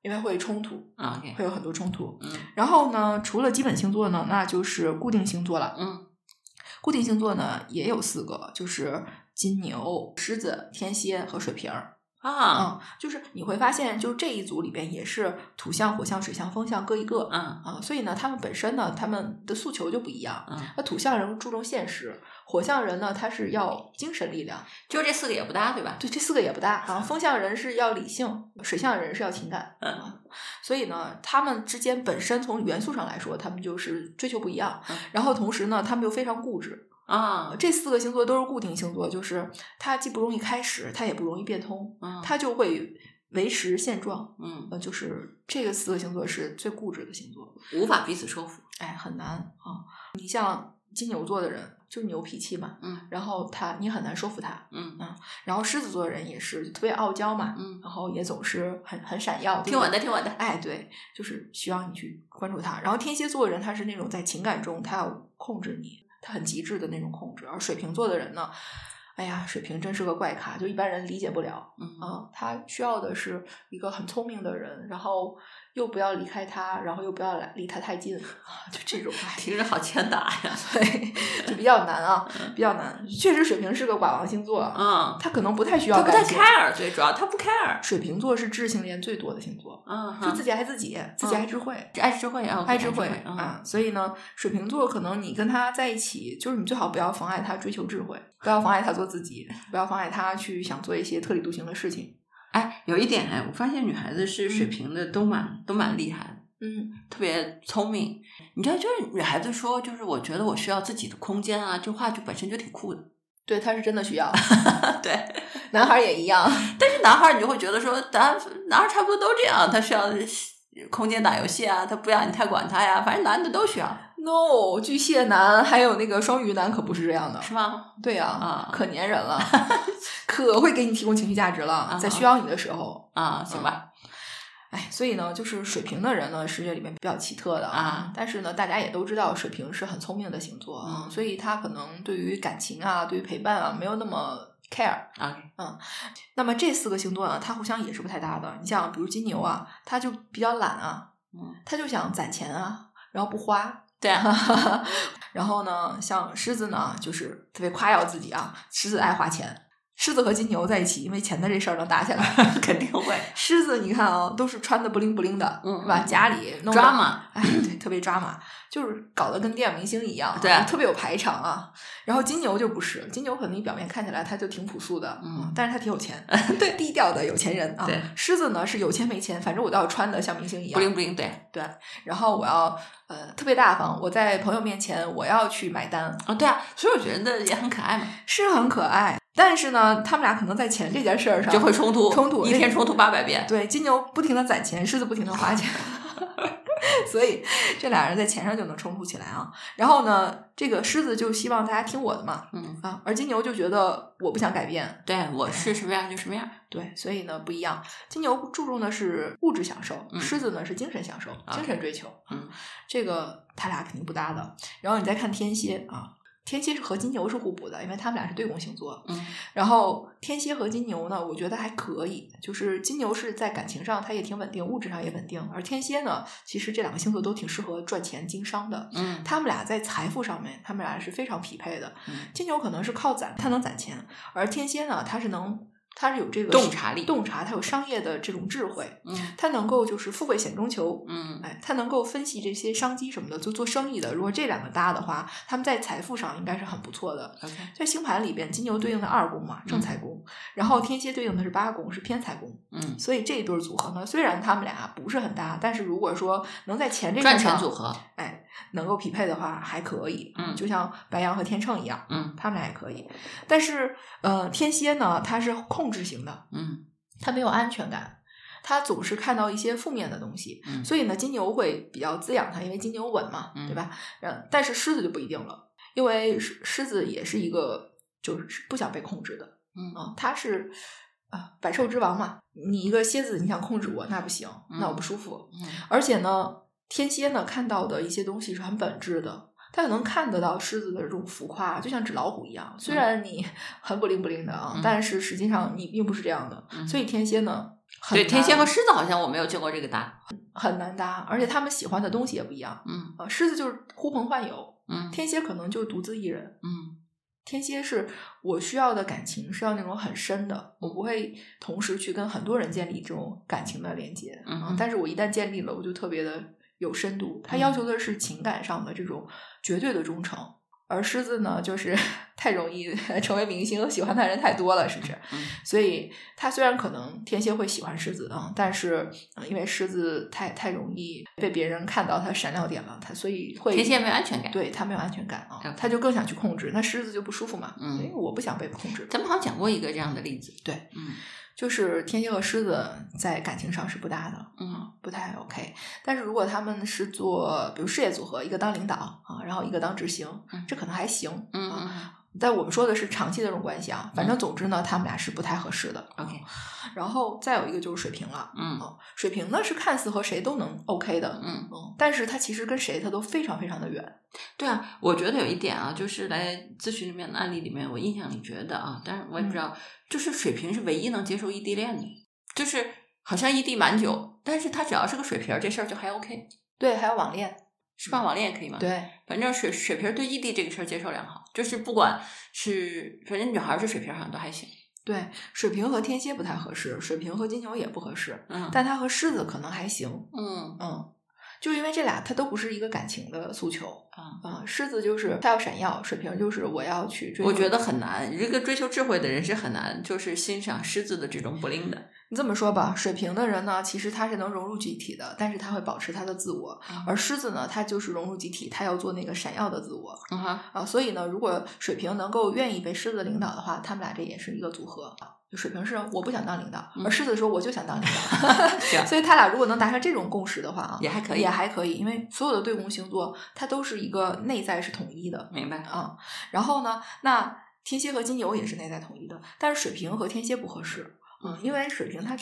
[SPEAKER 2] 因为会冲突，
[SPEAKER 1] 嗯 OK，
[SPEAKER 2] 会有很多冲突。
[SPEAKER 1] 嗯
[SPEAKER 2] 然后呢，除了基本星座呢，那就是固定星座了。
[SPEAKER 1] 嗯
[SPEAKER 2] 固定星座呢也有四个，就是金牛、狮子、天蝎和水瓶儿。
[SPEAKER 1] 啊
[SPEAKER 2] 嗯，就是你会发现，就这一组里边也是土象、火象、水象、风象各一个
[SPEAKER 1] 嗯
[SPEAKER 2] 啊，所以呢，他们本身呢，他们的诉求就不一样。
[SPEAKER 1] 嗯，
[SPEAKER 2] 那土象人注重现实，火象人呢，他是要精神力量，
[SPEAKER 1] 就这四个也不搭，对吧？
[SPEAKER 2] 对这四个也不搭
[SPEAKER 1] 嗯
[SPEAKER 2] 啊。风象人是要理性，水象人是要情感，啊，所以呢，他们之间本身从元素上来说，他们就是追求不一样
[SPEAKER 1] 嗯，
[SPEAKER 2] 然后同时呢，他们又非常固执。
[SPEAKER 1] 啊
[SPEAKER 2] 这四个星座都是固定星座，就是它既不容易开始，它也不容易变通，
[SPEAKER 1] 嗯
[SPEAKER 2] 它就会维持现状。
[SPEAKER 1] 嗯，
[SPEAKER 2] 呃，就是这个四个星座是最固执的星座，
[SPEAKER 1] 无法彼此收服。
[SPEAKER 2] 哎，很难啊、你像金牛座的人，就是牛脾气嘛，
[SPEAKER 1] 嗯
[SPEAKER 2] 然后他你很难说服他，
[SPEAKER 1] 嗯
[SPEAKER 2] 然后狮子座的人也是就特别傲娇嘛，
[SPEAKER 1] 嗯，
[SPEAKER 2] 然后也总是很很闪耀，
[SPEAKER 1] 听我的，听我的。
[SPEAKER 2] 哎，对，就是需要你去关注他。然后天蝎座的人，他是那种在情感中他要控制你，他很极致的那种控制。而水瓶座的人呢，哎呀，水瓶真是个怪咖，就一般人理解不了。
[SPEAKER 1] 嗯
[SPEAKER 2] 啊，他需要的是一个很聪明的人，然后又不要离开他，然后又不要来离他太近，啊，就这种， 哎，
[SPEAKER 1] 听着好欠打呀。
[SPEAKER 2] 对，就比较难啊，比较难。确实，水瓶是个寡王星座，
[SPEAKER 1] 嗯，
[SPEAKER 2] 他可能不太需要
[SPEAKER 1] 他不太
[SPEAKER 2] 感情
[SPEAKER 1] care，最主要他不 care。
[SPEAKER 2] 水瓶座是智性恋最多的星座，
[SPEAKER 1] 嗯，
[SPEAKER 2] 就自己爱自己，自己爱智慧。
[SPEAKER 1] 己爱智慧啊，
[SPEAKER 2] 爱智慧
[SPEAKER 1] 啊。
[SPEAKER 2] 啊，所以呢，水瓶座可能你跟他在一起，就是你最好不要妨碍他追求智慧，不要妨碍他做自己，不要妨碍他去想做一些特立独行的事情。
[SPEAKER 1] 哎，有一点哎，我发现女孩子是水平的都蛮都蛮厉害的。
[SPEAKER 2] 嗯
[SPEAKER 1] 特别聪明，你知道，就是女孩子说，就是我觉得我需要自己的空间啊，这话就本身就挺酷的。
[SPEAKER 2] 对，他是真的需 要，
[SPEAKER 1] 对，
[SPEAKER 2] 男孩儿也一样。
[SPEAKER 1] 但是男孩儿你就会觉得说，男男孩儿差不多都这样，他需要空间打游戏啊，他不要你太管他呀，反正男的都需要。
[SPEAKER 2] No，巨蟹男还有那个双鱼男可不是这样的，
[SPEAKER 1] 是吗？
[SPEAKER 2] 对呀、
[SPEAKER 1] 啊
[SPEAKER 2] 可粘人 了，可会给你提供情绪价值了，在需要你的时候。
[SPEAKER 1] 啊，行吧，
[SPEAKER 2] 哎，所以呢，就是水瓶的人呢，世界里面比较奇特的
[SPEAKER 1] 啊。
[SPEAKER 2] 但是呢，大家也都知道，水瓶是很聪明的星座，
[SPEAKER 1] 嗯
[SPEAKER 2] 所以他可能对于感情啊，对于陪伴啊，没有那么 care。
[SPEAKER 1] 啊，
[SPEAKER 2] 那么这四个星座呢，它互相也是不太搭的。你像比如金牛啊，他就比较懒啊，
[SPEAKER 1] 嗯
[SPEAKER 2] 他就想攒钱啊，然后不花。
[SPEAKER 1] 对啊，
[SPEAKER 2] 然后呢，像狮子呢，就是特别夸耀自己啊，狮子爱花钱。狮子和金牛在一起，因为钱的这事儿能打起来。
[SPEAKER 1] 肯定会
[SPEAKER 2] 狮子，你看啊，都是穿的不灵不灵的，
[SPEAKER 1] 嗯
[SPEAKER 2] 是吧？家里弄得
[SPEAKER 1] 抓，嘛，
[SPEAKER 2] 哎，对，特别抓马，就是搞得跟电影明星一样，
[SPEAKER 1] 对啊
[SPEAKER 2] 特别有排场啊。然后金牛就不是，金牛可能你表面看起来他就挺朴素的，
[SPEAKER 1] 嗯
[SPEAKER 2] 但是他挺 有钱，对，低调的有钱人啊
[SPEAKER 1] 对。
[SPEAKER 2] 狮子呢是有钱没钱，反正我都要穿的像明星一
[SPEAKER 1] 不
[SPEAKER 2] 样，
[SPEAKER 1] 灵不灵，对啊，
[SPEAKER 2] 然后我要呃特别大方，我在朋友面前我要去买单，
[SPEAKER 1] 对啊，所以我觉得也很可爱嘛，
[SPEAKER 2] 是很可爱。但是呢，他们俩可能在钱这件事儿上
[SPEAKER 1] 就会冲突，
[SPEAKER 2] 啊冲突
[SPEAKER 1] 一
[SPEAKER 2] 这
[SPEAKER 1] 天冲突八百遍，
[SPEAKER 2] 对金牛不停的攒钱，狮子不停的花钱， 所以这俩人在钱上就能冲突起来啊。然后呢，这个狮子就希望大家听我的嘛
[SPEAKER 1] 嗯，
[SPEAKER 2] 啊，而金牛就觉得我不想改变，
[SPEAKER 1] 对，我是什么样就什么样，
[SPEAKER 2] 对，所以呢不一样。金牛注重的是物质享受，
[SPEAKER 1] 嗯
[SPEAKER 2] 狮子呢是精神享受、
[SPEAKER 1] 啊
[SPEAKER 2] 精神追求。
[SPEAKER 1] 嗯，
[SPEAKER 2] 这个他俩肯定不搭的。然后你再看天蝎啊，天蝎是和金牛是互补的，因为他们俩是对宫星座。
[SPEAKER 1] 嗯
[SPEAKER 2] 然后天蝎和金牛呢，我觉得还可以，就是金牛是在感情上它也挺稳定，物质上也稳定，而天蝎呢，其实这两个星座都挺适合赚钱经商的。
[SPEAKER 1] 嗯
[SPEAKER 2] 他们俩在财富上面，他们俩是非常匹配的。
[SPEAKER 1] 嗯
[SPEAKER 2] 金牛可能是靠攒，它能攒钱；而天蝎呢，它是能，它是有这个
[SPEAKER 1] 洞察力
[SPEAKER 2] 洞察，它有商业的这种智慧，
[SPEAKER 1] 嗯
[SPEAKER 2] 它能够就是富贵险中求，
[SPEAKER 1] 嗯
[SPEAKER 2] 哎，它能够分析这些商机什么的，就做生意的。如果这两个搭的话，他们在财富上应该是很不错的。
[SPEAKER 1] ，OK，
[SPEAKER 2] 在星盘里边，金牛对应的二宫嘛，正财宫，然后天蝎对应的是八宫，是偏财宫。
[SPEAKER 1] 嗯，
[SPEAKER 2] 所以这一对儿组合呢，虽然他们俩不是很搭，但是如果说能在钱这
[SPEAKER 1] 赚
[SPEAKER 2] 个
[SPEAKER 1] 钱
[SPEAKER 2] 上
[SPEAKER 1] 组合，
[SPEAKER 2] 哎，能够匹配的话还可以，
[SPEAKER 1] 嗯
[SPEAKER 2] 就像白羊和天秤一样，
[SPEAKER 1] 嗯
[SPEAKER 2] 他们俩也可以。但是，呃，天蝎呢，它是控制型的，
[SPEAKER 1] 嗯
[SPEAKER 2] 它没有安全感，它总是看到一些负面的东西，
[SPEAKER 1] 嗯，
[SPEAKER 2] 所以呢，金牛会比较滋养它，因为金牛稳嘛，
[SPEAKER 1] 嗯
[SPEAKER 2] 对吧？嗯，但是狮子就不一定了，因为狮狮子也是一个就是不想被控制的，
[SPEAKER 1] 嗯
[SPEAKER 2] 啊，他是啊百兽之王嘛，你一个蝎子，你想控制我，那不行，那我不舒服。
[SPEAKER 1] 嗯
[SPEAKER 2] 而且呢，天蝎呢看到的一些东西是很本质的，他也能看得到狮子的这种浮夸，就像纸老虎一样。虽然你 很不灵不灵的啊，
[SPEAKER 1] 嗯
[SPEAKER 2] 但是实际上你并不是这样的。
[SPEAKER 1] 嗯
[SPEAKER 2] 所以天蝎呢，很
[SPEAKER 1] 对，天蝎和
[SPEAKER 2] 难
[SPEAKER 1] 狮子好像我没有见过这个答，
[SPEAKER 2] 很难搭，而且他们喜欢的东西也不一样
[SPEAKER 1] 嗯
[SPEAKER 2] 啊。狮子就是呼朋唤友，
[SPEAKER 1] 嗯
[SPEAKER 2] 天蝎可能就独自一人。
[SPEAKER 1] 嗯
[SPEAKER 2] 天蝎是我需要的感情是要那种很深的，我不会同时去跟很多人建立这种感情的连接。
[SPEAKER 1] 嗯
[SPEAKER 2] 啊但是我一旦建立了，我就特别的有深度。它要求的是情感上的这种绝对的忠诚，而狮子呢，就是 太容易成为明星，喜欢他的人太多了，是不是？
[SPEAKER 1] 嗯
[SPEAKER 2] 所以他虽然可能天蝎会喜欢狮子啊、但是呃因为狮子太太容易被别人看到他闪亮点了，他所以会
[SPEAKER 1] 天蝎没有安全感
[SPEAKER 2] 对他没有安全感啊、
[SPEAKER 1] OK
[SPEAKER 2] 他就更想去控制，那狮子就不舒服嘛，
[SPEAKER 1] 嗯
[SPEAKER 2] 因为我不想被控制，
[SPEAKER 1] 咱们好像讲过一个这样的例子，
[SPEAKER 2] 对，
[SPEAKER 1] 嗯
[SPEAKER 2] 就是天蝎和狮子在感情上是不搭的，
[SPEAKER 1] 嗯
[SPEAKER 2] 不太 OK。但是如果他们是做比如事业组合，一个当领导啊，然后一个当执行
[SPEAKER 1] 嗯，
[SPEAKER 2] 这可能还行，
[SPEAKER 1] 嗯
[SPEAKER 2] 啊。
[SPEAKER 1] 嗯
[SPEAKER 2] 但我们说的是长期的这种关系啊，反正总之呢，他们俩是不太合适的。
[SPEAKER 1] ，OK，
[SPEAKER 2] 然后再有一个就是水瓶了，
[SPEAKER 1] 嗯
[SPEAKER 2] 啊，水瓶呢是看似和谁都能 OK 的，
[SPEAKER 1] 嗯，
[SPEAKER 2] 嗯，但是他其实跟谁他都非常非常的远，
[SPEAKER 1] 对啊，我觉得有一点啊，就是来咨询里面的案例里面，我印象里觉得啊，但是我也不
[SPEAKER 2] 嗯
[SPEAKER 1] 知道，就是水瓶是唯一能接受异地恋的，就是好像异地蛮久，但是他只要是个水瓶儿，这事儿就还 OK，
[SPEAKER 2] 对，还有网恋，
[SPEAKER 1] 是吧？网恋也可以嘛，
[SPEAKER 2] 对，
[SPEAKER 1] 反正水水瓶儿对异地这个事儿接受良好，就是不管是反正女孩儿是水瓶儿好像都还行，
[SPEAKER 2] 对，水瓶和天蝎不太合适，水瓶和金牛也不合适，
[SPEAKER 1] 嗯
[SPEAKER 2] 但它和狮子可能还行。
[SPEAKER 1] 嗯
[SPEAKER 2] 嗯，就因为这俩，它都不是一个感情的诉求
[SPEAKER 1] 啊。
[SPEAKER 2] 啊、狮子就是它要闪耀，水瓶就是我要去追。
[SPEAKER 1] 我觉得很难，一个追求智慧的人是很难，就是欣赏狮子的这种不灵的。
[SPEAKER 2] 你这么说吧，水瓶的人呢，其实他是能融入集体的，但是他会保持他的自我；
[SPEAKER 1] 啊
[SPEAKER 2] 而狮子呢，他就是融入集体，他要做那个闪耀的自我
[SPEAKER 1] 嗯哈，
[SPEAKER 2] 啊。所以呢，如果水瓶能够愿意被狮子领导的话，他们俩这也是一个组合。啊就水瓶是我不想当领导，
[SPEAKER 1] 嗯
[SPEAKER 2] 而狮子说我就想当 领导。
[SPEAKER 1] 行，
[SPEAKER 2] 所以他俩如果能达成这种共识的话啊，
[SPEAKER 1] 也还可以
[SPEAKER 2] 也还可以，因为所有的对宫星座它都是一个内在是统一的
[SPEAKER 1] 明白，
[SPEAKER 2] 啊、然后呢，那天蝎和金牛也是内在统一的，但是水瓶和天蝎不合适，
[SPEAKER 1] 嗯
[SPEAKER 2] 因为水瓶他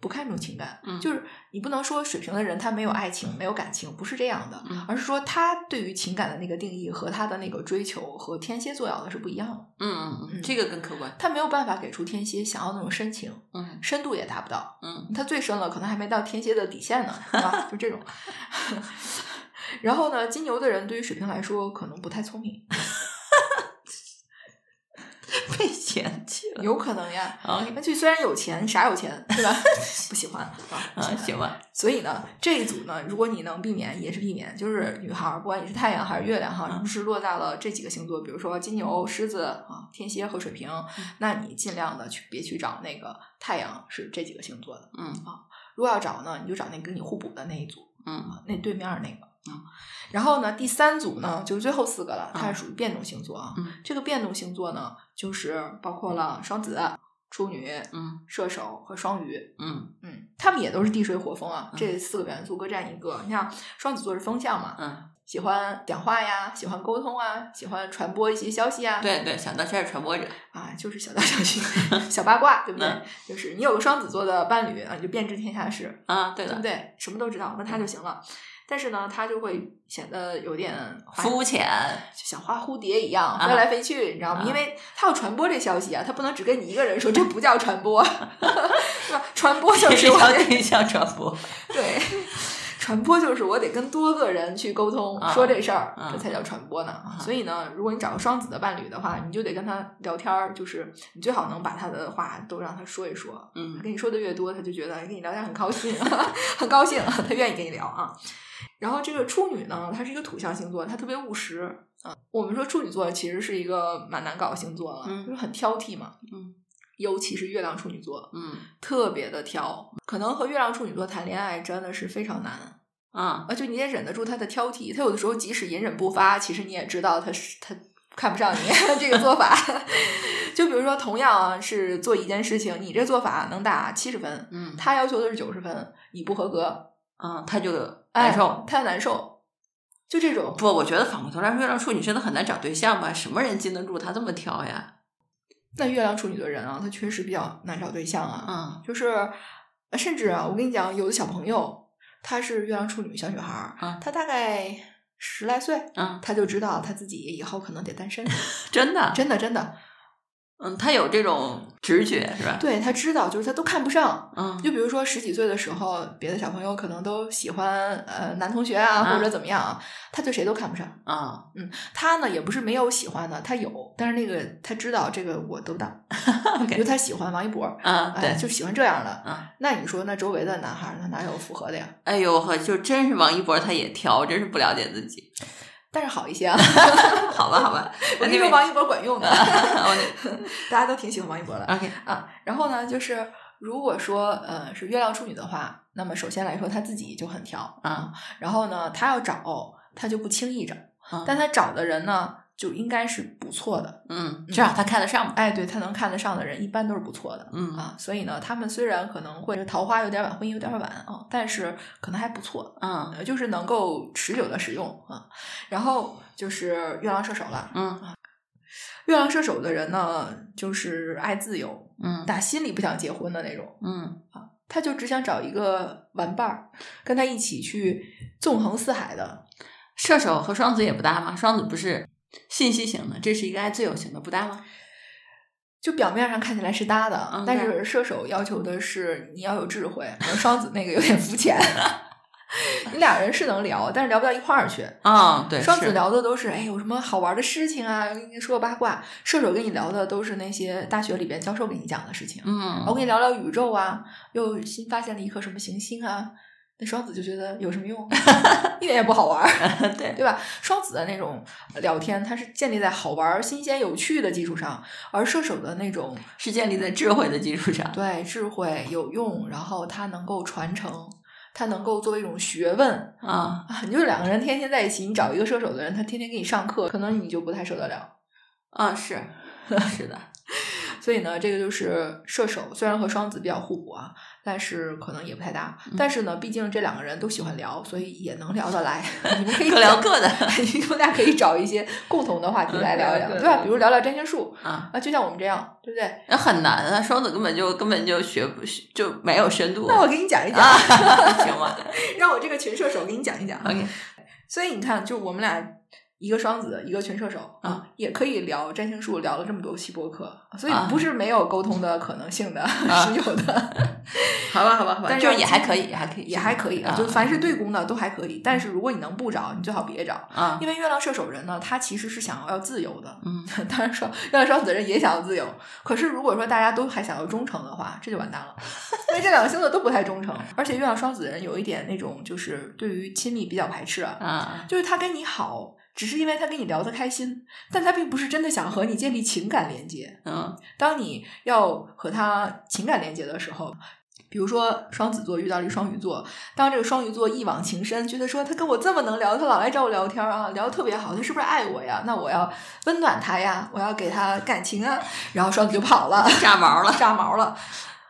[SPEAKER 2] 不看重情感，
[SPEAKER 1] 嗯
[SPEAKER 2] 就是你不能说水瓶的人他没有爱情、没有感情，不是这样的，
[SPEAKER 1] 嗯
[SPEAKER 2] 而是说他对于情感的那个定义和他的那个追求和天蝎座要的是不一样的，
[SPEAKER 1] 嗯嗯嗯，
[SPEAKER 2] 嗯
[SPEAKER 1] 这个更客观，
[SPEAKER 2] 他没有办法给出天蝎想要那种深情，
[SPEAKER 1] 嗯
[SPEAKER 2] 深度也达不到，
[SPEAKER 1] 嗯
[SPEAKER 2] 它最深了，可能还没到天蝎的底线呢，啊，就这种。 然后呢，金牛的人对于水瓶来说可能不太聪明，
[SPEAKER 1] 被嫌弃了
[SPEAKER 2] 有可能呀。
[SPEAKER 1] ，OK，
[SPEAKER 2] 那就虽然有钱，啥有钱，对吧？ 不喜欢啊，不喜
[SPEAKER 1] 啊，
[SPEAKER 2] 欢
[SPEAKER 1] 行吧，
[SPEAKER 2] 所以呢，这一组呢，如果你能避免，也是避免，就是女孩儿，不管你是太阳还是月亮哈，
[SPEAKER 1] 嗯
[SPEAKER 2] 你是落在了这几个星座，比如说金牛、狮子啊、天蝎和水瓶，
[SPEAKER 1] 嗯
[SPEAKER 2] 那你尽量的去别去找那个太阳是这几个星座的。啊
[SPEAKER 1] 嗯
[SPEAKER 2] 如果要找呢，你就找那跟你互补的那一组。
[SPEAKER 1] 嗯
[SPEAKER 2] 那对面儿那个。
[SPEAKER 1] 嗯
[SPEAKER 2] 然后呢，第三组呢，就是最后四个了，它
[SPEAKER 1] 嗯
[SPEAKER 2] 是属于变动星座啊。
[SPEAKER 1] 嗯
[SPEAKER 2] 这个变动星座呢，就是包括了双子、处女、
[SPEAKER 1] 嗯
[SPEAKER 2] 射手和双鱼。
[SPEAKER 1] 嗯
[SPEAKER 2] 嗯，他们也都是地水火风啊，
[SPEAKER 1] 嗯
[SPEAKER 2] 这四个元素各占一个。你像双子座是风象嘛，
[SPEAKER 1] 嗯，
[SPEAKER 2] 喜欢讲话呀，喜欢沟通啊，喜欢传播一些消息啊。
[SPEAKER 1] 对对，想到全是传播者，
[SPEAKER 2] 啊，就是小道消息、小八卦，对不对？
[SPEAKER 1] 嗯
[SPEAKER 2] 就是你有个双子座的伴侣啊，你就遍知天下事。
[SPEAKER 1] 啊，对
[SPEAKER 2] 对不
[SPEAKER 1] 的，
[SPEAKER 2] 对？什么都知道，问他就行了。但是呢，他就会显得有点花
[SPEAKER 1] 肤 浅，
[SPEAKER 2] 就像花蝴蝶一样
[SPEAKER 1] 啊
[SPEAKER 2] 飞来飞去，你知道吗？
[SPEAKER 1] 啊
[SPEAKER 2] 因为他要传播这消息啊，他不能只跟你一个人说，这不叫 传播，对吧？传播就
[SPEAKER 1] 这
[SPEAKER 2] 是
[SPEAKER 1] 是
[SPEAKER 2] 我
[SPEAKER 1] 小
[SPEAKER 2] 得
[SPEAKER 1] 定向传播，
[SPEAKER 2] 对，传播就是我得跟多个人去沟通、
[SPEAKER 1] 啊
[SPEAKER 2] 说这事儿，
[SPEAKER 1] 啊
[SPEAKER 2] 这才叫传播呢。
[SPEAKER 1] 啊
[SPEAKER 2] 所以呢，如果你找个双子的伴侣的话，你就得跟他聊天儿，就是你最好能把他的话都让他说一说，
[SPEAKER 1] 嗯
[SPEAKER 2] 跟你说的越多，他就觉得哎跟你聊天很高兴， 很高兴， 他愿意跟你聊啊。然后这个处女呢，她是一个土象星座，她特别务实啊。我们说处女座其实是一个蛮难搞的星座了，
[SPEAKER 1] 嗯
[SPEAKER 2] 就是很挑剔嘛，
[SPEAKER 1] 嗯
[SPEAKER 2] 尤其是月亮处女座，
[SPEAKER 1] 嗯
[SPEAKER 2] 特别的挑，可能和月亮处女座谈恋爱真的是非常难
[SPEAKER 1] 啊，
[SPEAKER 2] 啊，就你得忍得住她的挑剔，她有的时候即使隐忍不发，其实你也知道她是她。看不上你 这个做法，就比如说，同样啊是做一件事情，你这做法能打七十分，
[SPEAKER 1] 嗯
[SPEAKER 2] 他要求的是九十分，你不合格，
[SPEAKER 1] 嗯，他就
[SPEAKER 2] 哎
[SPEAKER 1] 难受。
[SPEAKER 2] 他难受，就这种。
[SPEAKER 1] 不，我觉得反过头来说，月亮处女真的很难找对象吧？什么人经得住他这么挑呀？
[SPEAKER 2] 那月亮处女的人啊，他确实比较难找对象啊，
[SPEAKER 1] 嗯
[SPEAKER 2] 就是呃甚至啊，我跟你讲，有的小朋友她是月亮处女小女孩儿，
[SPEAKER 1] 啊
[SPEAKER 2] 她大概十来岁，
[SPEAKER 1] 嗯，
[SPEAKER 2] 她就知道她自己以后可能得单身，
[SPEAKER 1] 真的，
[SPEAKER 2] 真的真的，
[SPEAKER 1] 嗯，他有这种直觉是吧？
[SPEAKER 2] 对她知道，就是她都看不上，
[SPEAKER 1] 嗯，
[SPEAKER 2] 就比如说十几岁的时候，别的小朋友可能都喜欢呃男同学啊，
[SPEAKER 1] 啊
[SPEAKER 2] 或者怎么样啊，她对谁都看不上。
[SPEAKER 1] 啊，
[SPEAKER 2] 他呢也不是没有喜欢的，他有，但是那个他知道这个我得不到。 比如他喜欢王一博，
[SPEAKER 1] 啊，
[SPEAKER 2] 哎，
[SPEAKER 1] 对，
[SPEAKER 2] 就喜欢这样的。
[SPEAKER 1] 啊，
[SPEAKER 2] 那你说那周围的男孩儿，那哪有符合的呀？
[SPEAKER 1] 哎呦呵，就真是王一博他也挑，真是不了解自己。
[SPEAKER 2] 但是好一些啊。
[SPEAKER 1] 好吧，好吧，
[SPEAKER 2] 我跟你说，王一博管用的，
[SPEAKER 1] 我
[SPEAKER 2] 大家都挺喜欢王一博的
[SPEAKER 1] OK，
[SPEAKER 2] 啊。然后呢，就是如果说呃是月亮处女的话，那么首先来说他自己就很挑，
[SPEAKER 1] 啊，
[SPEAKER 2] 然后呢他要找他就不轻易找，
[SPEAKER 1] 嗯
[SPEAKER 2] 但他找的人呢就应该是不错的，
[SPEAKER 1] 嗯，至少他看得上吧？
[SPEAKER 2] 哎，对他能看得上的人一般都是不错的。
[SPEAKER 1] 嗯
[SPEAKER 2] 啊，所以呢，他们虽然可能会桃花有点晚，婚姻有点晚啊，但是可能还不错，
[SPEAKER 1] 嗯
[SPEAKER 2] 呃就是能够持久的使用啊。然后就是月亮射手了，
[SPEAKER 1] 嗯
[SPEAKER 2] 月亮射手的人呢，就是爱自由，
[SPEAKER 1] 嗯
[SPEAKER 2] 打心里不想结婚的那种，
[SPEAKER 1] 嗯
[SPEAKER 2] 他就只想找一个玩伴儿，跟他一起去纵横四海的。
[SPEAKER 1] 射手和双子也不搭吗？双子不是信息型的，这是一个爱自由型的，不搭吗？
[SPEAKER 2] 就表面上看起来是搭的，
[SPEAKER 1] 嗯
[SPEAKER 2] 但
[SPEAKER 1] 对
[SPEAKER 2] 是射手要求的是你要有智慧，而双子那个有点 肤浅。你俩人是能聊，但是聊不到一块儿去。
[SPEAKER 1] 啊，对，
[SPEAKER 2] 双
[SPEAKER 1] 是
[SPEAKER 2] 子聊的都是哎有什么好玩的事情啊，跟你说个八卦；射手跟你聊的都是那些大学里边教授给你讲的事情，
[SPEAKER 1] 嗯
[SPEAKER 2] 我跟你聊聊宇宙啊，又新发现了一颗什么行星啊。那双子就觉得有什么用， 一点也不好玩儿，
[SPEAKER 1] 对，
[SPEAKER 2] 对吧？双子的那种聊天，它是建立在好玩儿、新鲜、有趣的基础上，而射手的那种
[SPEAKER 1] 是建立在智慧的基础上。
[SPEAKER 2] 对智慧有用，然后它能够传承，它能够作为一种学问，
[SPEAKER 1] 啊，
[SPEAKER 2] 啊，你就是两个人天天在一起，你找一个射手的 人，他天天给你上课，可能你就不太受得了。
[SPEAKER 1] 啊，是是的，
[SPEAKER 2] 所以呢，这个就是射手，虽然和双子比较互补啊，但是可能也不太搭。
[SPEAKER 1] 嗯
[SPEAKER 2] 但是呢，毕竟这两个人都喜欢聊，所以也能聊 得来。你们可以
[SPEAKER 1] 各聊各的
[SPEAKER 2] 你们俩可以找一些共同的话题来聊一聊，
[SPEAKER 1] 嗯对
[SPEAKER 2] 对吧？比如聊聊占星术
[SPEAKER 1] 啊，
[SPEAKER 2] 啊，就像我们这样，对不对？
[SPEAKER 1] 那很难啊，双子根本就根本就学不就没有深度
[SPEAKER 2] 那我给你讲一讲，
[SPEAKER 1] 啊， 行吧
[SPEAKER 2] 让我这个群射手给你讲一讲。
[SPEAKER 1] ，OK，
[SPEAKER 2] 所以你看，就我们俩一个双子，一个全射手
[SPEAKER 1] 嗯
[SPEAKER 2] 啊，也可以聊占星术，聊了这么多期播客，所以
[SPEAKER 1] 啊
[SPEAKER 2] 不是没有沟通的可能性的，
[SPEAKER 1] 啊
[SPEAKER 2] 是有的。 好吧，好 吧，好吧
[SPEAKER 1] 但是也还可以，也还可以，
[SPEAKER 2] 也还可以
[SPEAKER 1] 啊
[SPEAKER 2] 啊，就凡是对宫的都还可以。但是如果你能不找，你最好别找，
[SPEAKER 1] 啊，
[SPEAKER 2] 因为月亮射手人呢，他其实是想要自由的。
[SPEAKER 1] 嗯，
[SPEAKER 2] 当然说，月亮双子人也想要自由，可是如果说大家都还想要忠诚的话，这就完蛋了，因为这两个星座都不太忠诚，而且月亮双子人有一点那种就是对于亲密比较排斥啊，
[SPEAKER 1] 啊，
[SPEAKER 2] 就是他跟你好，只是因为他跟你聊得开心，但他并不是真的想和你建立情感连接。
[SPEAKER 1] 嗯
[SPEAKER 2] 当你要和他情感连接的时候，比如说双子座遇到了双鱼座，当这个双鱼座一往情深，觉得说他跟我这么能聊，他老来找我聊天啊，聊得特别好，他是不是爱我呀？那我要温暖他呀，我要给他感情啊，然后双子就跑了。
[SPEAKER 1] 炸毛了，
[SPEAKER 2] 炸毛了。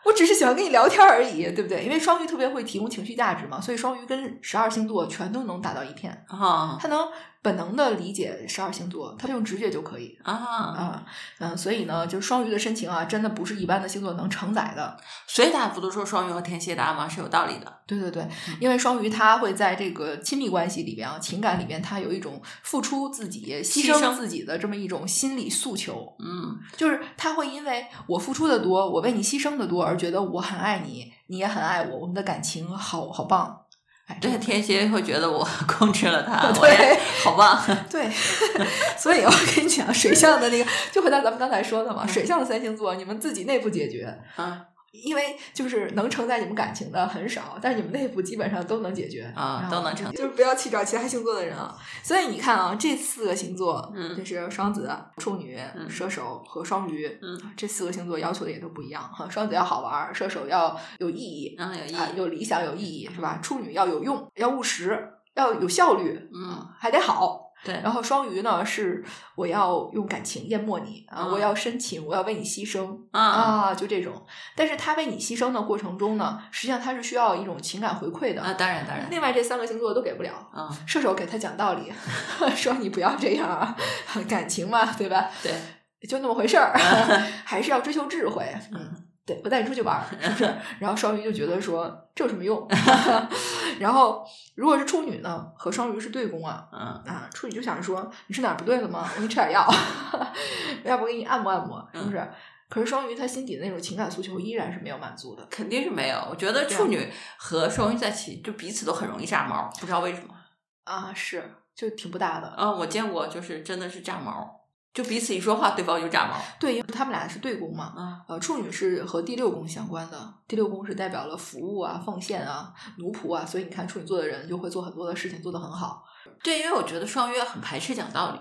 [SPEAKER 2] 我只是喜欢跟你聊天而已，对不对？因为双鱼特别会提供情绪价值嘛，所以双鱼跟十二星座全都能打到一片。
[SPEAKER 1] 啊
[SPEAKER 2] 他能本能的理解十二星座，他用直觉就可以
[SPEAKER 1] 啊，
[SPEAKER 2] 啊，嗯，所以呢，就是双鱼的深情啊，真的不是一般的星座能承载的。
[SPEAKER 1] 所以大家不都说双鱼和天蝎搭吗？是有道理的，
[SPEAKER 2] 对对对，因为双鱼他会在这个亲密关系里边啊，情感里边，他有一种付出自己、牺
[SPEAKER 1] 牺牲
[SPEAKER 2] 牲自己的这么一种心理诉求。
[SPEAKER 1] 嗯
[SPEAKER 2] 就是他会因为我付出的多，我为你牺牲的多，而觉得我很爱你，你也很爱我，我们的感情好好棒。哎，
[SPEAKER 1] 对，
[SPEAKER 2] 这个
[SPEAKER 1] 天蝎会觉得我 控制了他，我也
[SPEAKER 2] 对
[SPEAKER 1] 好棒，
[SPEAKER 2] 对， 所以我跟你讲，水象的那个，就回到咱们刚才
[SPEAKER 1] 嗯
[SPEAKER 2] 说的嘛，水象的三星座，你们自己内部解决，
[SPEAKER 1] 啊
[SPEAKER 2] 因为就是能承载你们感情的很少，但是你们内部基本上都能解决
[SPEAKER 1] 啊，都能成，
[SPEAKER 2] 就是不要去找其他星座的人啊。所以你看啊，这四个星座，
[SPEAKER 1] 嗯
[SPEAKER 2] 就是双子、处女、
[SPEAKER 1] 嗯
[SPEAKER 2] 射手和双鱼，
[SPEAKER 1] 嗯，
[SPEAKER 2] 这四个星座要求的也都不一样哈。双子要好玩儿，射手要有意义，
[SPEAKER 1] 嗯，有意
[SPEAKER 2] 啊，
[SPEAKER 1] 义，
[SPEAKER 2] 有理想有意义是吧？处女要有用，要务实，要有效率，啊
[SPEAKER 1] 嗯，
[SPEAKER 2] 还得好。
[SPEAKER 1] 对，
[SPEAKER 2] 然后双鱼呢是我要用感情淹没你啊，
[SPEAKER 1] 嗯
[SPEAKER 2] 我要深情，我要为你牺牲
[SPEAKER 1] 啊
[SPEAKER 2] 啊，就这种。但是他为你牺牲的过程中呢，实际上他是需要一种情感回馈的
[SPEAKER 1] 啊，。当然当然，
[SPEAKER 2] 另外这三个星座都给不了，
[SPEAKER 1] 啊，
[SPEAKER 2] 射手给他讲道理， 说你不要这样啊， 感情嘛，对吧？
[SPEAKER 1] 对，
[SPEAKER 2] 就那么回事儿， 还是要追求智慧。嗯，对，我带你出去玩儿，是不是？然后双鱼就觉得说这有什么用？ 然后如果是处女呢，和双鱼是对宫啊
[SPEAKER 1] 嗯
[SPEAKER 2] 啊，处女就想说你是哪儿不对了吗？我给你吃点药， 要不我给你按摩按摩，是不是？可是双鱼他心底的那种情感诉求依然是没有满足的，
[SPEAKER 1] 肯定是没有，我觉得
[SPEAKER 2] 对啊
[SPEAKER 1] 处女和双鱼在一起，就彼此都很容易炸毛，不知道为什么。
[SPEAKER 2] 啊，是就挺不搭的。
[SPEAKER 1] 啊，我见过，就是真的是炸毛，就彼此一说话，对方就炸毛。
[SPEAKER 2] 对，因为他们俩是对宫嘛，
[SPEAKER 1] 啊
[SPEAKER 2] 呃，处女是和第六宫相关的，第六宫是代表了服务啊、奉献啊、奴仆啊，所以你看处女座的人就会做很多的事情，做得很好。
[SPEAKER 1] 对，因为我觉得双鱼很排斥讲道理，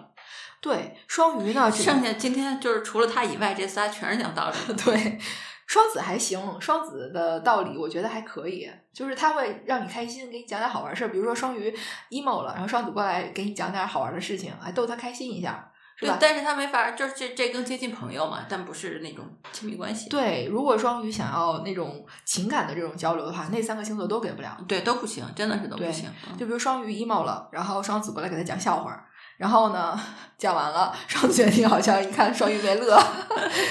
[SPEAKER 2] 对，双鱼呢，只
[SPEAKER 1] 剩下今天就是除了他以外，这仨全是讲 道理的。
[SPEAKER 2] 对双子还行，双子的道理我觉得还可以，就是他会让你开心，给你讲点好玩事儿，比如说双鱼 emo 了，然后双子过来给你讲点好玩的事情，哎还逗他开心一下，是
[SPEAKER 1] 对
[SPEAKER 2] 吧，？
[SPEAKER 1] 但是他没法，就是这这更接近朋友嘛，但不是那种亲密关系。
[SPEAKER 2] 对，如果双鱼想要那种情感的这种交流的话，那三个星座都给不了。
[SPEAKER 1] 对都不行，真的是都不
[SPEAKER 2] 对
[SPEAKER 1] 行。嗯
[SPEAKER 2] 就比如双鱼 emo 了，然后双子过来给他讲笑话儿，然后呢，讲完了，双子觉得你好像一看双鱼没乐，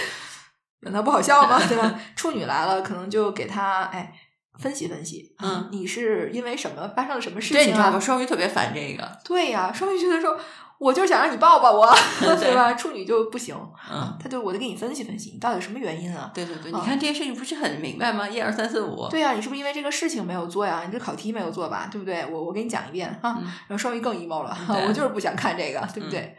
[SPEAKER 2] 难道不好笑吗？对吧？处女来了，可能就给他哎分析分析，
[SPEAKER 1] 嗯
[SPEAKER 2] 你是因为什么发生了什么事
[SPEAKER 1] 对，你
[SPEAKER 2] 情
[SPEAKER 1] 知道
[SPEAKER 2] 啊
[SPEAKER 1] 吗？？双鱼特别烦这 个。
[SPEAKER 2] 对呀、双鱼觉得说，我就是想让你抱抱我， 对
[SPEAKER 1] 嗯对
[SPEAKER 2] 吧？处女就不行，
[SPEAKER 1] 嗯，
[SPEAKER 2] 他就我得给你分析分析，你到底什么原因啊？
[SPEAKER 1] 对对对，
[SPEAKER 2] 啊
[SPEAKER 1] 你看这些事情不是很明白吗？一二三四五。
[SPEAKER 2] 对呀、你是不是因为这个事情没有做呀？你这考题没有做吧？对不对？我我给你讲一遍哈。
[SPEAKER 1] 嗯
[SPEAKER 2] 然后双鱼更 emo 了，
[SPEAKER 1] 对 嗯
[SPEAKER 2] 我就是不想看这个，对不对？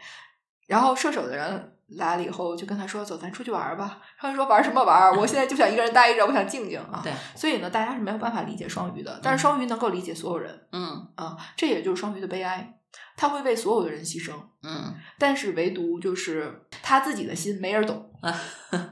[SPEAKER 2] 然后射手的人来了以后，就跟他说：“走，咱出去玩儿吧。”双鱼说：“玩儿什么玩儿？我现在就想一个人待着，我想静静啊。
[SPEAKER 1] 嗯 对，”
[SPEAKER 2] 所以呢，大家是没有办法理解双鱼的，但是双鱼能够理解所有人
[SPEAKER 1] 嗯
[SPEAKER 2] 啊，这也就是双鱼的悲哀。他会为所有的人牺牲，
[SPEAKER 1] 嗯
[SPEAKER 2] 但是唯独就是他自己的心没 人懂。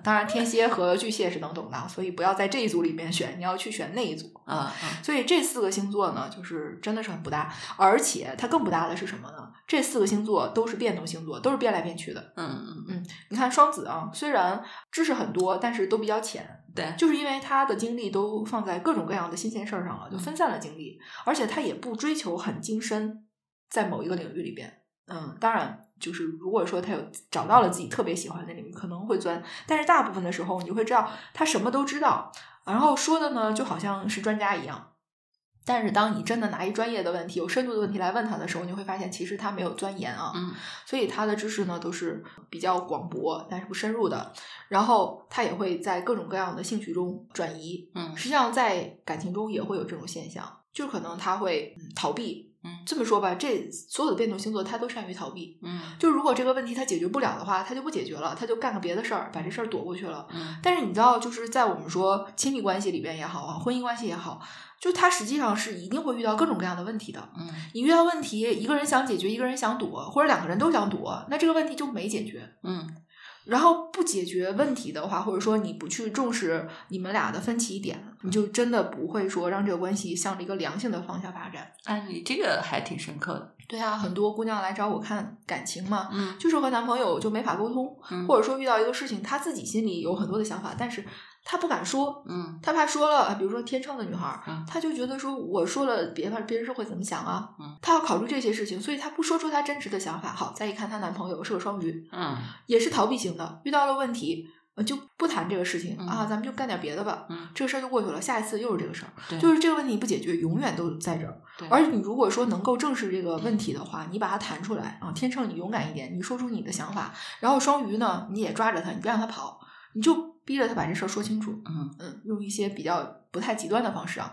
[SPEAKER 2] 当然，天蝎和巨蟹是能懂的，所以不要在这一组里面选，你要去选那一组。
[SPEAKER 1] 啊
[SPEAKER 2] 所以这四个星座呢，就是真的是很不搭，而且它更不搭的是什么呢？这四个星座都是变动星座，都是变来变去的。
[SPEAKER 1] 嗯嗯，
[SPEAKER 2] 你看双子啊，虽然知识很多，但是都比较浅，
[SPEAKER 1] 对，
[SPEAKER 2] 就是因为他的精力都放在各种各样的新鲜事儿上了，就分散了精力，而且他也不追求很精深，在某一个领域里边。嗯，当然。就是如果说他有找到了自己特别喜欢的领域，可能会钻，但是大部分的时候你会知道他什么都知道，然后说的呢就好像是专家一样。但是当你真的拿一专业的问题、有深度的问题来问他的时候，你会发现其实他没有钻研啊，
[SPEAKER 1] 嗯
[SPEAKER 2] 所以他的知识呢都是比较广博，但是不深入的。然后他也会在各种各样的兴趣中转移。
[SPEAKER 1] 嗯
[SPEAKER 2] 实际上，在感情中也会有这种现象，就可能他会嗯逃避。
[SPEAKER 1] 嗯
[SPEAKER 2] 这么说吧，这所有的变动星座他都善于逃避。
[SPEAKER 1] 嗯
[SPEAKER 2] 就如果这个问题他解决不了的话，他就不解决了，他就干个别的事儿，把这事儿躲过去了。
[SPEAKER 1] 嗯
[SPEAKER 2] 但是你知道，就是在我们说亲密关系里边也好啊，婚姻关系也好，就它实际上是一定会遇到各种各样的问题的。
[SPEAKER 1] 嗯
[SPEAKER 2] 你遇到问题，一个人想解决，一个人想躲，或者两个人都想躲，那这个问题就没解决。
[SPEAKER 1] 嗯
[SPEAKER 2] 然后不解决问题的话，或者说你不去重视你们俩的分歧点，你就真的不会说让这个关系向着一个良性的方向发展。
[SPEAKER 1] 哎，你这个还挺深刻的，
[SPEAKER 2] 对啊，很多姑娘来找我看感情嘛，
[SPEAKER 1] 嗯
[SPEAKER 2] 就是和男朋友就没法沟通，
[SPEAKER 1] 嗯
[SPEAKER 2] 或者说遇到一个事情，她自己心里有很多的想法，但是她不敢说，
[SPEAKER 1] 嗯
[SPEAKER 2] 他怕说了，呃比如说天秤的女孩儿，
[SPEAKER 1] 嗯
[SPEAKER 2] 她就觉得说我说了别人别人是会怎么想啊
[SPEAKER 1] 嗯？
[SPEAKER 2] 她要考虑这些事情，所以她不说出她真实的想法。好，再一看她男朋友是个双鱼，
[SPEAKER 1] 嗯
[SPEAKER 2] 也是逃避型的，遇到了问题呃就不谈这个事情、
[SPEAKER 1] 嗯
[SPEAKER 2] 啊，咱们就干点别的吧，
[SPEAKER 1] 嗯，
[SPEAKER 2] 这个事儿就过去了，下一次又是这个事儿，
[SPEAKER 1] 对，
[SPEAKER 2] 就是这个问题不解决，永远都在这儿。
[SPEAKER 1] 对
[SPEAKER 2] 而你如果说能够正视这个问题的话，你把它谈出来啊，天秤你勇敢一点，你说出你的想法，然后双鱼呢，你也抓着他，你不让他跑，你就逼着他把这事儿说清楚。
[SPEAKER 1] 嗯
[SPEAKER 2] 嗯，用一些比较不太极端的方式啊，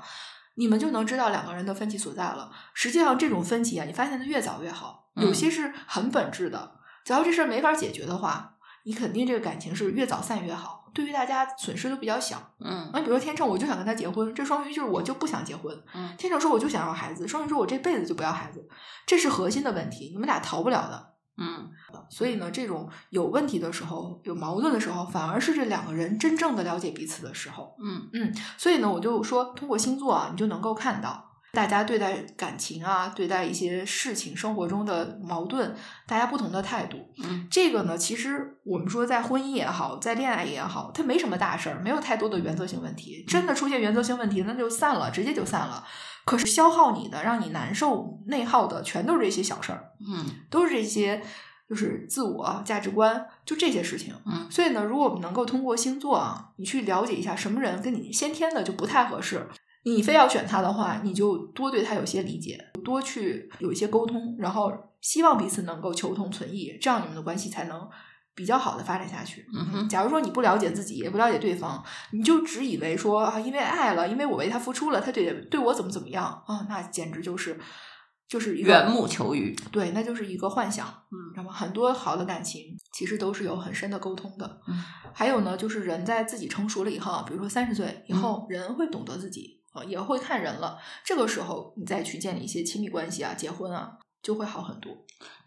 [SPEAKER 2] 你们就能知道两个人的分歧所在了。实际上，这种分歧啊，你发现的越早越好，有
[SPEAKER 1] 嗯
[SPEAKER 2] 些是很本质的。只要这事儿没法解决的话，你肯定这个感情是越早散越好，对于大家损失都比较小。
[SPEAKER 1] 嗯
[SPEAKER 2] 啊，比如说天秤，我就想跟他结婚；这双鱼就是我就不想结婚。
[SPEAKER 1] 嗯
[SPEAKER 2] 天秤说我就想要孩子，双鱼说我这辈子就不要孩子，这是核心的问题，你们俩逃不了的。
[SPEAKER 1] 嗯
[SPEAKER 2] 所以呢，这种有问题的时候，有矛盾的时候，反而是这两个人真正的了解彼此的时候。
[SPEAKER 1] 嗯
[SPEAKER 2] 所以呢，我就说，通过星座啊，你就能够看到大家对待感情啊，对待一些事情、生活中的矛盾，大家不同的态度。
[SPEAKER 1] 嗯
[SPEAKER 2] 这个呢，其实我们说在婚姻也好，在恋爱也好，它没什么大事儿，没有太多的原则性问题。真的出现原则性问题，那就散了，直接就散了。可是消耗你的、让你难受、内耗的，全都是这些小事儿。
[SPEAKER 1] 嗯
[SPEAKER 2] 都是这些，就是自我价值观，就这些事情。
[SPEAKER 1] 嗯
[SPEAKER 2] 所以呢，如果我们能够通过星座啊，你去了解一下什么人跟你先天的就不太合适，你非要选他的话，你就多对他有些理解，多去有一些沟通，然后希望彼此能够求同存异，这样你们的关系才能比较好的发展下去。
[SPEAKER 1] 嗯哼
[SPEAKER 2] 假如说你不了解自己，也不了解对方，你就只以为说啊，因为爱了，因为我为他付出了，他对对我怎么怎么样啊，那简直就是就是一个
[SPEAKER 1] 缘木求鱼，
[SPEAKER 2] 对，那就是一个幻想。
[SPEAKER 1] 嗯
[SPEAKER 2] 那么很多好的感情其实都是有很深的沟通的。
[SPEAKER 1] 嗯，
[SPEAKER 2] 还有呢，就是人在自己成熟了以后啊，比如说三十岁以
[SPEAKER 1] 嗯
[SPEAKER 2] 后，人会懂得自己啊，也会看人了。这个时候你再去建立一些亲密关系啊、结婚啊，就会好很多。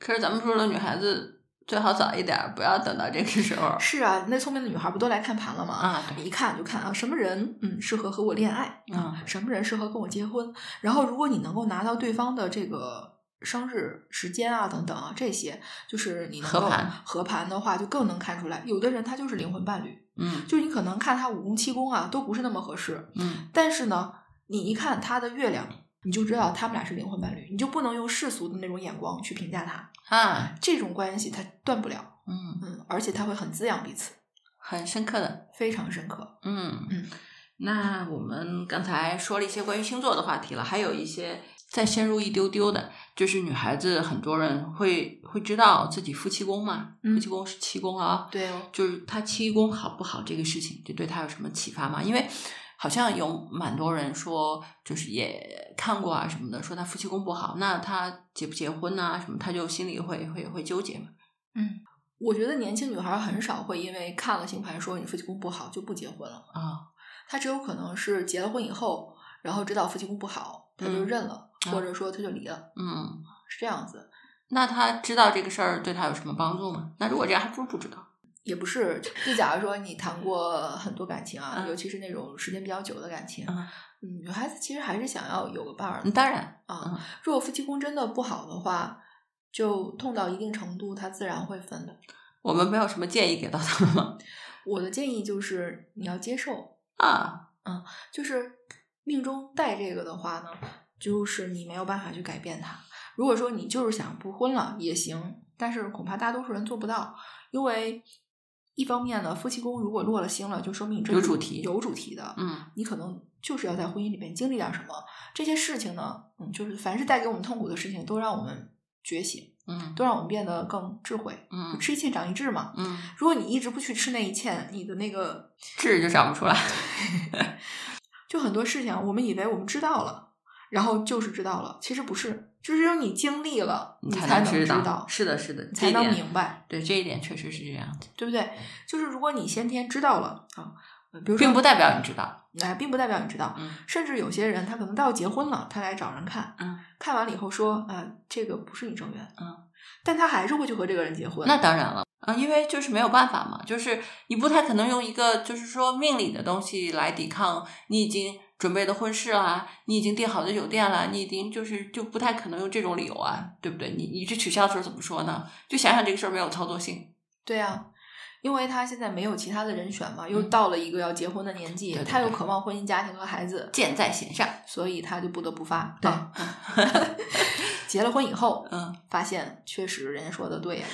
[SPEAKER 1] 可是咱们说了，女孩子最好早一点儿，不要等到这个时候儿
[SPEAKER 2] 是啊，那聪明的女孩不都来看盘了吗？
[SPEAKER 1] 啊，对，
[SPEAKER 2] 一看就看啊，什么人嗯适合和我恋爱
[SPEAKER 1] 啊，
[SPEAKER 2] 什么人适合跟我结婚。然后，如果你能够拿到对方的这个生日时间啊等等啊这些，就是你能够
[SPEAKER 1] 合盘
[SPEAKER 2] 合盘的话，就更能看出来，有的人他就是灵魂伴侣，
[SPEAKER 1] 嗯
[SPEAKER 2] 就是你可能看他武功七功啊都不是那么合适，
[SPEAKER 1] 嗯
[SPEAKER 2] 但是呢，你一看他的月亮。你就知道他们俩是灵魂伴侣，你就不能用世俗的那种眼光去评价他，
[SPEAKER 1] 啊，
[SPEAKER 2] 这种关系他断不了，
[SPEAKER 1] 嗯，
[SPEAKER 2] 嗯，而且他会很滋养彼此，
[SPEAKER 1] 很深刻的，
[SPEAKER 2] 非常深刻。
[SPEAKER 1] 嗯
[SPEAKER 2] 嗯。
[SPEAKER 1] 那我们刚才说了一些关于星座的话题了，还有一些再深入一丢丢的，就是女孩子很多人会会知道自己夫妻宫嘛，
[SPEAKER 2] 嗯
[SPEAKER 1] 夫妻宫是七宫啊，
[SPEAKER 2] 对哦，
[SPEAKER 1] 就是他七宫好不好这个事情，就对他有什么启发吗？因为好像有蛮多人说，就是也看过啊什么的，说他夫妻宫不好，那他结不结婚呐、什么，他就心里会会会纠结嘛。
[SPEAKER 2] 嗯，我觉得年轻女孩很少会因为看了星盘说你夫妻宫不好就不结婚了，
[SPEAKER 1] 啊、
[SPEAKER 2] 她只有可能是结了婚以后，然后知道夫妻宫不好，她就
[SPEAKER 1] 嗯
[SPEAKER 2] 认了，或
[SPEAKER 1] 啊
[SPEAKER 2] 者说她就离了，
[SPEAKER 1] 嗯
[SPEAKER 2] 是这样子。
[SPEAKER 1] 那他知道这个事儿对他有什么帮助吗？那如果这样，还不如不知道。
[SPEAKER 2] 也不是，就假如说你谈过很多感情啊，
[SPEAKER 1] 嗯
[SPEAKER 2] 尤其是那种时间比较久的感情，
[SPEAKER 1] 嗯
[SPEAKER 2] 嗯，女孩子其实还是想要有个伴儿的
[SPEAKER 1] 嗯，当然，
[SPEAKER 2] 啊。
[SPEAKER 1] 嗯
[SPEAKER 2] 如果夫妻宫真的不好的话，就痛到一定程度，他自然会分的。
[SPEAKER 1] 我们没有什么建议给到他们吗？
[SPEAKER 2] 我的建议就是你要接受，
[SPEAKER 1] 啊，
[SPEAKER 2] 就是命中带这个的话呢，就是你没有办法去改变它。如果说你就是想不婚了也行，但是恐怕大多数人做不到，因为一方面呢，夫妻宫如果落了星了，就说明你这
[SPEAKER 1] 有主题
[SPEAKER 2] 有主题的，
[SPEAKER 1] 嗯
[SPEAKER 2] 你可能就是要在婚姻里面经历点什么。这些事情呢，嗯，就是凡是带给我们痛苦的事情，都让我们觉醒，
[SPEAKER 1] 嗯
[SPEAKER 2] 都让我们变得更智慧。
[SPEAKER 1] 嗯
[SPEAKER 2] 吃一堑长一智嘛。
[SPEAKER 1] 嗯，
[SPEAKER 2] 如果你一直不去吃那一堑，你的那个
[SPEAKER 1] 智就长不出来。
[SPEAKER 2] 就很多事情，啊我们以为我们知道了，然后就是知道了，其实不是，就是因为你经历了，你才
[SPEAKER 1] 能
[SPEAKER 2] 能知
[SPEAKER 1] 道，
[SPEAKER 2] 道，
[SPEAKER 1] 是的，是的，
[SPEAKER 2] 你
[SPEAKER 1] 这
[SPEAKER 2] 才
[SPEAKER 1] 一
[SPEAKER 2] 能
[SPEAKER 1] 点
[SPEAKER 2] 明白，
[SPEAKER 1] 对这一点确实是这样子，
[SPEAKER 2] 对不对？就是如果你先天知道了啊，呃比如说
[SPEAKER 1] 并不代表你知道。
[SPEAKER 2] 哎，并不代表你知道，
[SPEAKER 1] 嗯
[SPEAKER 2] 甚至有些人他可能到结婚了，他来找人看，
[SPEAKER 1] 嗯
[SPEAKER 2] 看完了以后说啊、这个不是你正缘，
[SPEAKER 1] 嗯，
[SPEAKER 2] 但他还是会去和这个人结婚，
[SPEAKER 1] 那当然了，啊，因为就是没有办法嘛，就是你不太可能用一个就是说命理的东西来抵抗你已经准备的婚事啦，你已经订好的酒店啦，你已经就是就不太可能用这种理由啊，对不对？你你去取消的时候怎么说呢？就想想这个事儿没有操作性，
[SPEAKER 2] 对啊，因为他现在没有其他的人选嘛，又
[SPEAKER 1] 嗯
[SPEAKER 2] 到了一个要结婚的年纪，
[SPEAKER 1] 对对
[SPEAKER 2] 他又
[SPEAKER 1] 对
[SPEAKER 2] 渴望婚姻、家庭和孩子，
[SPEAKER 1] 箭在弦上。
[SPEAKER 2] 所以他就不得不发。
[SPEAKER 1] 对
[SPEAKER 2] 啊结了婚以后，
[SPEAKER 1] 嗯
[SPEAKER 2] 发现确实人家说的对呀、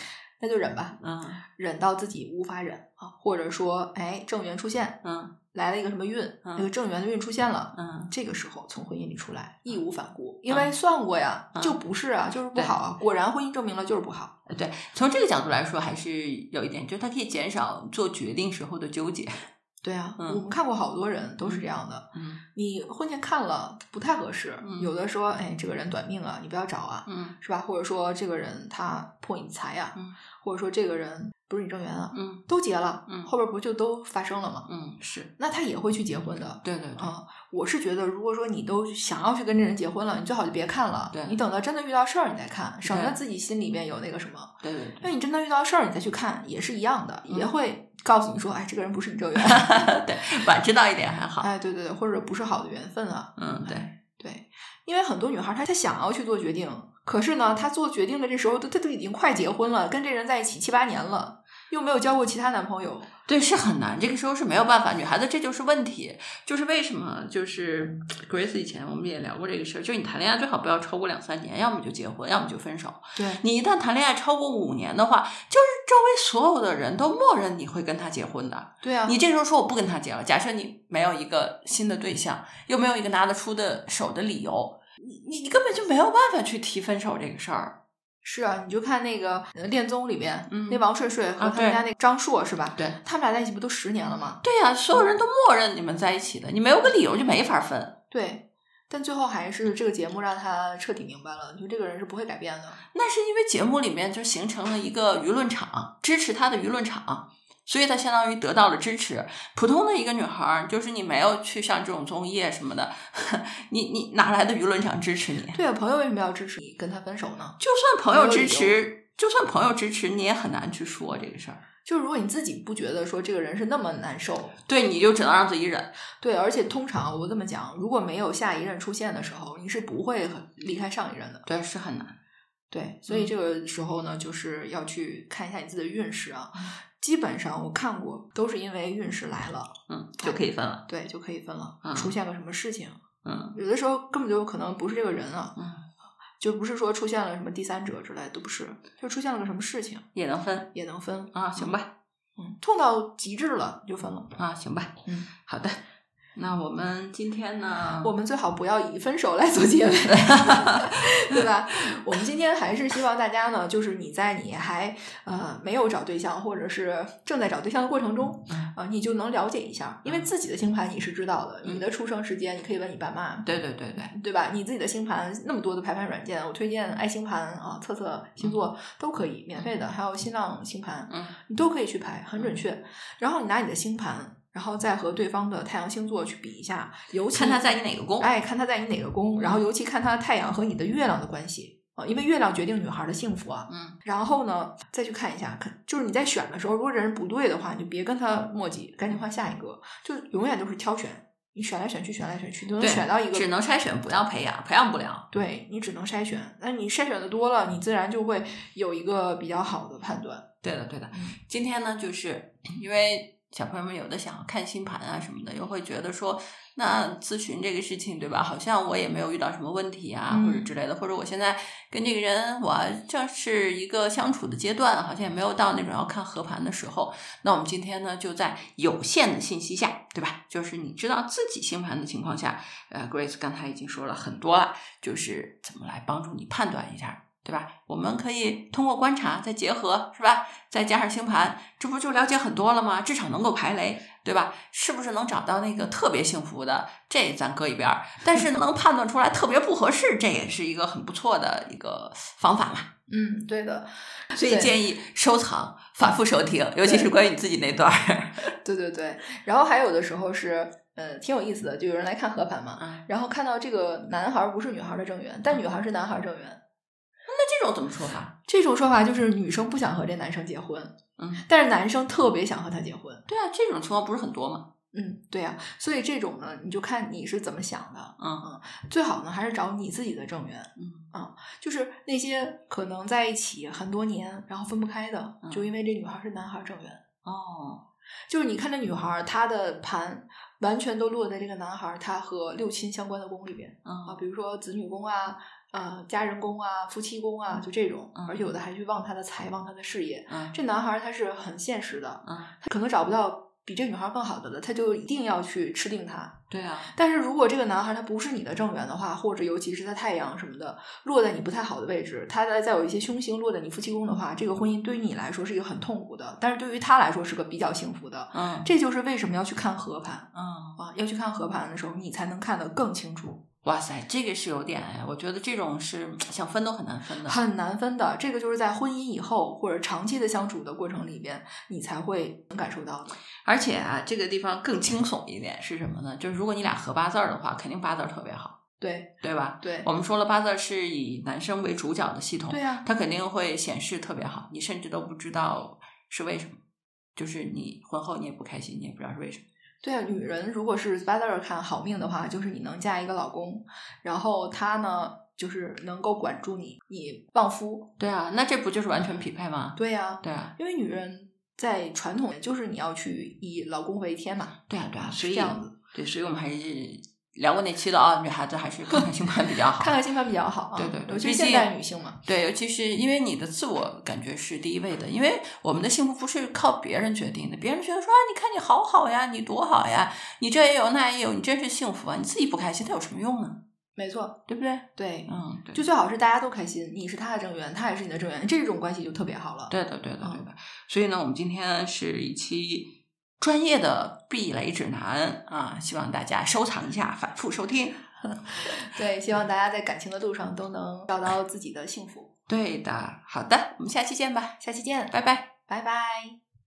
[SPEAKER 2] 那就忍吧，
[SPEAKER 1] 嗯
[SPEAKER 2] 忍到自己无法忍啊，或者说，哎，正缘出现，
[SPEAKER 1] 嗯
[SPEAKER 2] 来了一个什么运，
[SPEAKER 1] 嗯
[SPEAKER 2] 那个正缘的运出现了。
[SPEAKER 1] 嗯，
[SPEAKER 2] 这个时候从婚姻里出来，义无反顾，因为算过呀，
[SPEAKER 1] 嗯
[SPEAKER 2] 就不是啊，就是不好啊。果然婚姻证明了就是不好。
[SPEAKER 1] 呃对，从这个角度来说，还是有一点，就是它可以减少做决定时候的纠结。
[SPEAKER 2] 对啊，
[SPEAKER 1] 嗯
[SPEAKER 2] 我们看过好多人都是这样的，
[SPEAKER 1] 嗯
[SPEAKER 2] 你婚前看了不太合适，
[SPEAKER 1] 嗯
[SPEAKER 2] 有的说，哎，这个人短命啊，你不要找啊，
[SPEAKER 1] 嗯
[SPEAKER 2] 是吧？或者说这个人他破你财啊，
[SPEAKER 1] 嗯
[SPEAKER 2] 或者说这个人不是你正缘啊，
[SPEAKER 1] 嗯
[SPEAKER 2] 都结了，
[SPEAKER 1] 嗯
[SPEAKER 2] 后边不就都发生了吗？
[SPEAKER 1] 嗯，是
[SPEAKER 2] 那他也会去结婚的。
[SPEAKER 1] 对对对。
[SPEAKER 2] 啊、我是觉得，如果说你都想要去跟这人结婚了，你最好就别看了，
[SPEAKER 1] 对
[SPEAKER 2] 你等到真的遇到事儿你再看，省得
[SPEAKER 1] 对
[SPEAKER 2] 自己心里面有那个什么。
[SPEAKER 1] 对对
[SPEAKER 2] 因为你真的遇到事儿你再去看也是一样的，也
[SPEAKER 1] 嗯
[SPEAKER 2] 会告诉你说，哎，这个人不是 你正缘，
[SPEAKER 1] 对，对，晚知道一点还好。
[SPEAKER 2] 哎，对对对，或者不是好的缘分啊，
[SPEAKER 1] 嗯，对，
[SPEAKER 2] 对，因为很多女孩儿她她想要去做决定，可是呢，她做决定的这时候，她她都已经快结婚了，跟这人在一起七八年了，又没有交过其他男朋友。
[SPEAKER 1] 对，是很难，这个时候是没有办法。女孩子这就是问题，就是为什么就是 Grace 以前我们也聊过这个事儿，就是你谈恋爱最好不要超过两三年，要么就结婚，要么就分手。
[SPEAKER 2] 对
[SPEAKER 1] 你一旦谈恋爱超过五年的话，就是周围所有的人都默认你会跟他结婚的。
[SPEAKER 2] 对啊，
[SPEAKER 1] 你这时候说我不跟他结了，假设你没有一个新的对象，又没有一个拿得出的手的理由，你你你根本就没有办法去提分手这个事儿。
[SPEAKER 2] 是啊，你就看那个呃《恋综》里面、
[SPEAKER 1] 嗯
[SPEAKER 2] 那王睡睡
[SPEAKER 1] 啊
[SPEAKER 2] 和他们
[SPEAKER 1] 对
[SPEAKER 2] 家那个张硕是吧？
[SPEAKER 1] 对
[SPEAKER 2] 他们俩在一起不都十年了吗？
[SPEAKER 1] 对呀、所有人都默认你们在一起的，你没有个理由就没法分。
[SPEAKER 2] 对，但最后还是这个节目让他彻底明白了，就这个人是不会改变的。
[SPEAKER 1] 那是因为节目里面就形成了一个舆论场，支持他的舆论场，所以他相当于得到了支持。普通的一个女孩儿，就是你没有去上这种综艺啊什么的， 你你哪来的舆论场支持你？
[SPEAKER 2] 对啊，朋友为什么要支持你跟他分手呢？
[SPEAKER 1] 就算朋友
[SPEAKER 2] 没有理
[SPEAKER 1] 支
[SPEAKER 2] 由
[SPEAKER 1] 持，就算朋友支持，你也很难去说这个事儿。
[SPEAKER 2] 就是如果你自己不觉得说这个人是那么难受，
[SPEAKER 1] 对，你就只能让自己忍。
[SPEAKER 2] 对，而且通常我这么讲，如果没有下一任出现的时候，你是不会很离开上一任的。
[SPEAKER 1] 对，是很难。
[SPEAKER 2] 对，所
[SPEAKER 1] 嗯
[SPEAKER 2] 以这个时候呢，就是要去看一下你自己的运势啊。
[SPEAKER 1] 嗯
[SPEAKER 2] 基本上我看过，都是因为运势来了，
[SPEAKER 1] 嗯，就可以分了。
[SPEAKER 2] 对，就可以分了。
[SPEAKER 1] 嗯
[SPEAKER 2] 出现个什么事情，
[SPEAKER 1] 嗯
[SPEAKER 2] 有的时候根本就可能不是这个人啊，
[SPEAKER 1] 嗯，
[SPEAKER 2] 就不是说出现了什么第三者之类的，都不是，就出现了个什么事情
[SPEAKER 1] 也能分
[SPEAKER 2] 也能分。
[SPEAKER 1] 啊，行吧，
[SPEAKER 2] 嗯，痛到极致了就分了。
[SPEAKER 1] 啊，行吧，
[SPEAKER 2] 嗯，
[SPEAKER 1] 好的。嗯那我们今天呢？
[SPEAKER 2] 我们最好不要以分手来做 结尾，对吧？我们今天还是希望大家呢，就是你在你还呃没有找对象，或者是正在找对象的过程中，啊、你就能了解一下，因为自己的星盘你是知道的，
[SPEAKER 1] 嗯
[SPEAKER 2] 你的出生时间你可以问你爸妈，
[SPEAKER 1] 对对对对，
[SPEAKER 2] 对吧？你自己的星盘那么多的排盘软件，我推荐爱星盘啊、测测星座都可以，免费的，还有新浪星盘，
[SPEAKER 1] 嗯
[SPEAKER 2] 你都可以去排，很准确。然后你拿你的星盘。然后再和对方的太阳星座去比一下，尤其
[SPEAKER 1] 看他在你哪个宫。
[SPEAKER 2] 哎哎，看他在你哪个宫，然后尤其看他的太阳和你的月亮的关系。呃，因为月亮决定女孩的幸福啊。
[SPEAKER 1] 嗯
[SPEAKER 2] 然后呢，再去看一下，看就是你在选的时候，如果人不对的话，你就别跟他墨迹，赶紧换下一个，就永远都是挑选，你选来选去，选来选去，都能
[SPEAKER 1] 对
[SPEAKER 2] 选到一个
[SPEAKER 1] 只能筛选，不要培养，培养不了。
[SPEAKER 2] 对你只能筛选，那你筛选的多了，你自然就会有一个比较好的判断。
[SPEAKER 1] 对的，对的
[SPEAKER 2] 嗯。
[SPEAKER 1] 今天呢，就是因为小朋友们有的想要看星盘啊什么的，又会觉得说，那咨询这个事情，对吧？好像我也没有遇到什么问题啊，
[SPEAKER 2] 嗯
[SPEAKER 1] 或者之类的，或者我现在跟这个人，我正是一个相处的阶段，好像也没有到那种要看合盘的时候。那我们今天呢，就在有限的信息下，对吧？就是你知道自己星盘的情况下，呃，Grace 刚才已经说了很多了，就是怎么来帮助你判断一下，对吧？我们可以通过观察，再结合，是吧？再加上星盘，这不就了解很多了吗？至少能够排雷，对吧？是不是能找到那个特别幸福的？这咱搁一边儿，但是能判断出来特别不合适，这也是一个很不错的一个方法嘛。
[SPEAKER 2] 嗯，对的，
[SPEAKER 1] 所以
[SPEAKER 2] 对
[SPEAKER 1] 建议收藏、反复收听，尤其是
[SPEAKER 2] 对
[SPEAKER 1] 关于你自己那 段儿。
[SPEAKER 2] 对对对。然后还有的时候是，呃，挺有意思的，就有人来看合盘嘛，
[SPEAKER 1] 啊，
[SPEAKER 2] 然后看到这个男孩不是女孩的正缘，但女孩是男孩正缘，
[SPEAKER 1] 那这种怎么说法？
[SPEAKER 2] 啊这种说法就是女生不想和这男生结婚，
[SPEAKER 1] 嗯，
[SPEAKER 2] 但是男生特别想和她结婚。
[SPEAKER 1] 对啊，这种情况不是很多吗？
[SPEAKER 2] 嗯，对呀、所以这种呢，你就看你是怎么想的。
[SPEAKER 1] 嗯
[SPEAKER 2] 最好呢还是找你自己的正缘。
[SPEAKER 1] 嗯
[SPEAKER 2] 啊，就是那些可能在一起很多年，然后分不开的，
[SPEAKER 1] 嗯
[SPEAKER 2] 就因为这女孩是男孩正缘。
[SPEAKER 1] 哦，
[SPEAKER 2] 就是你看这女孩，她的盘完全都落在这个男孩他和六亲相关的宫里边啊，
[SPEAKER 1] 嗯
[SPEAKER 2] 比如说子女宫啊。呃，家人宫啊，夫妻宫啊，就这种，
[SPEAKER 1] 嗯
[SPEAKER 2] 而有的还去旺他的财，旺他的事业。
[SPEAKER 1] 嗯
[SPEAKER 2] 这男孩他是很现实的，
[SPEAKER 1] 嗯，
[SPEAKER 2] 他可能找不到比这女孩更好的了，他就一定要去吃定她。
[SPEAKER 1] 对啊，
[SPEAKER 2] 但是如果这个男孩他不是你的正缘的话，或者尤其是他太阳什么的落在你不太好的位置，他再再有一些凶星落在你夫妻宫的话，这个婚姻对于你来说是一个很痛苦的，但是对于他来说是个比较幸福的。
[SPEAKER 1] 嗯
[SPEAKER 2] 这就是为什么要去看合盘
[SPEAKER 1] 嗯，
[SPEAKER 2] 啊，要去看合盘的时候，你才能看得更清楚，
[SPEAKER 1] 哇塞，这个是有点哎，我觉得这种是想分都很难分的。
[SPEAKER 2] 很难分的。这个就是在婚姻以后或者长期的相处的过程里边，你才会能感受到的。
[SPEAKER 1] 而且啊，这个地方更惊悚一点是什么呢？就是如果你俩合八字儿的话，肯定八字儿特别好，
[SPEAKER 2] 对
[SPEAKER 1] 对吧？
[SPEAKER 2] 对
[SPEAKER 1] 我们说了，八字儿是以男生为主角的系统，
[SPEAKER 2] 对啊呀、
[SPEAKER 1] 它肯定会显示特别好，你甚至都不知道是为什么，就是你婚后你也不开心，你也不知道是为什么。
[SPEAKER 2] 对啊，女人如果是八字儿看好命的话，就是你能嫁一个老公，然后他呢就是能够管住你，你旺夫。
[SPEAKER 1] 对啊，那这不就是完全匹配吗？
[SPEAKER 2] 对呀、
[SPEAKER 1] 对啊，
[SPEAKER 2] 因为女人在传统就是你要去以老公为天嘛，
[SPEAKER 1] 对啊，对啊，所
[SPEAKER 2] 是
[SPEAKER 1] 以
[SPEAKER 2] 这样子。
[SPEAKER 1] 对，所以我们还是聊过那期的啊，女孩子还是看看星盘比较好。
[SPEAKER 2] 看看星盘比较好啊。
[SPEAKER 1] 对对对
[SPEAKER 2] 尤其
[SPEAKER 1] 毕
[SPEAKER 2] 是
[SPEAKER 1] 竟
[SPEAKER 2] 现代女性嘛。
[SPEAKER 1] 对，尤其是因为你的自我感觉是第一位的，因为我们的幸福不是靠别人决定的，别人觉得说啊，你看你好好呀，你多好呀，你这也有那也有，你真是幸福啊，你自己不开心，它有什么用呢？
[SPEAKER 2] 没错，
[SPEAKER 1] 对不对？
[SPEAKER 2] 对，
[SPEAKER 1] 嗯，对。
[SPEAKER 2] 就最好是大家都开心，你是他的正缘，他也是你的正缘，这种关系就特别好了。
[SPEAKER 1] 对的，对的，对
[SPEAKER 2] 嗯
[SPEAKER 1] 的。所以呢，我们今天是一期专业的避雷指南啊，希望大家收藏一下，反复收听。
[SPEAKER 2] 对，希望大家在感情的路上都能找到自己的幸福。
[SPEAKER 1] 对的，好的，我们下期见吧，
[SPEAKER 2] 下期见，
[SPEAKER 1] 拜拜。
[SPEAKER 2] 拜拜。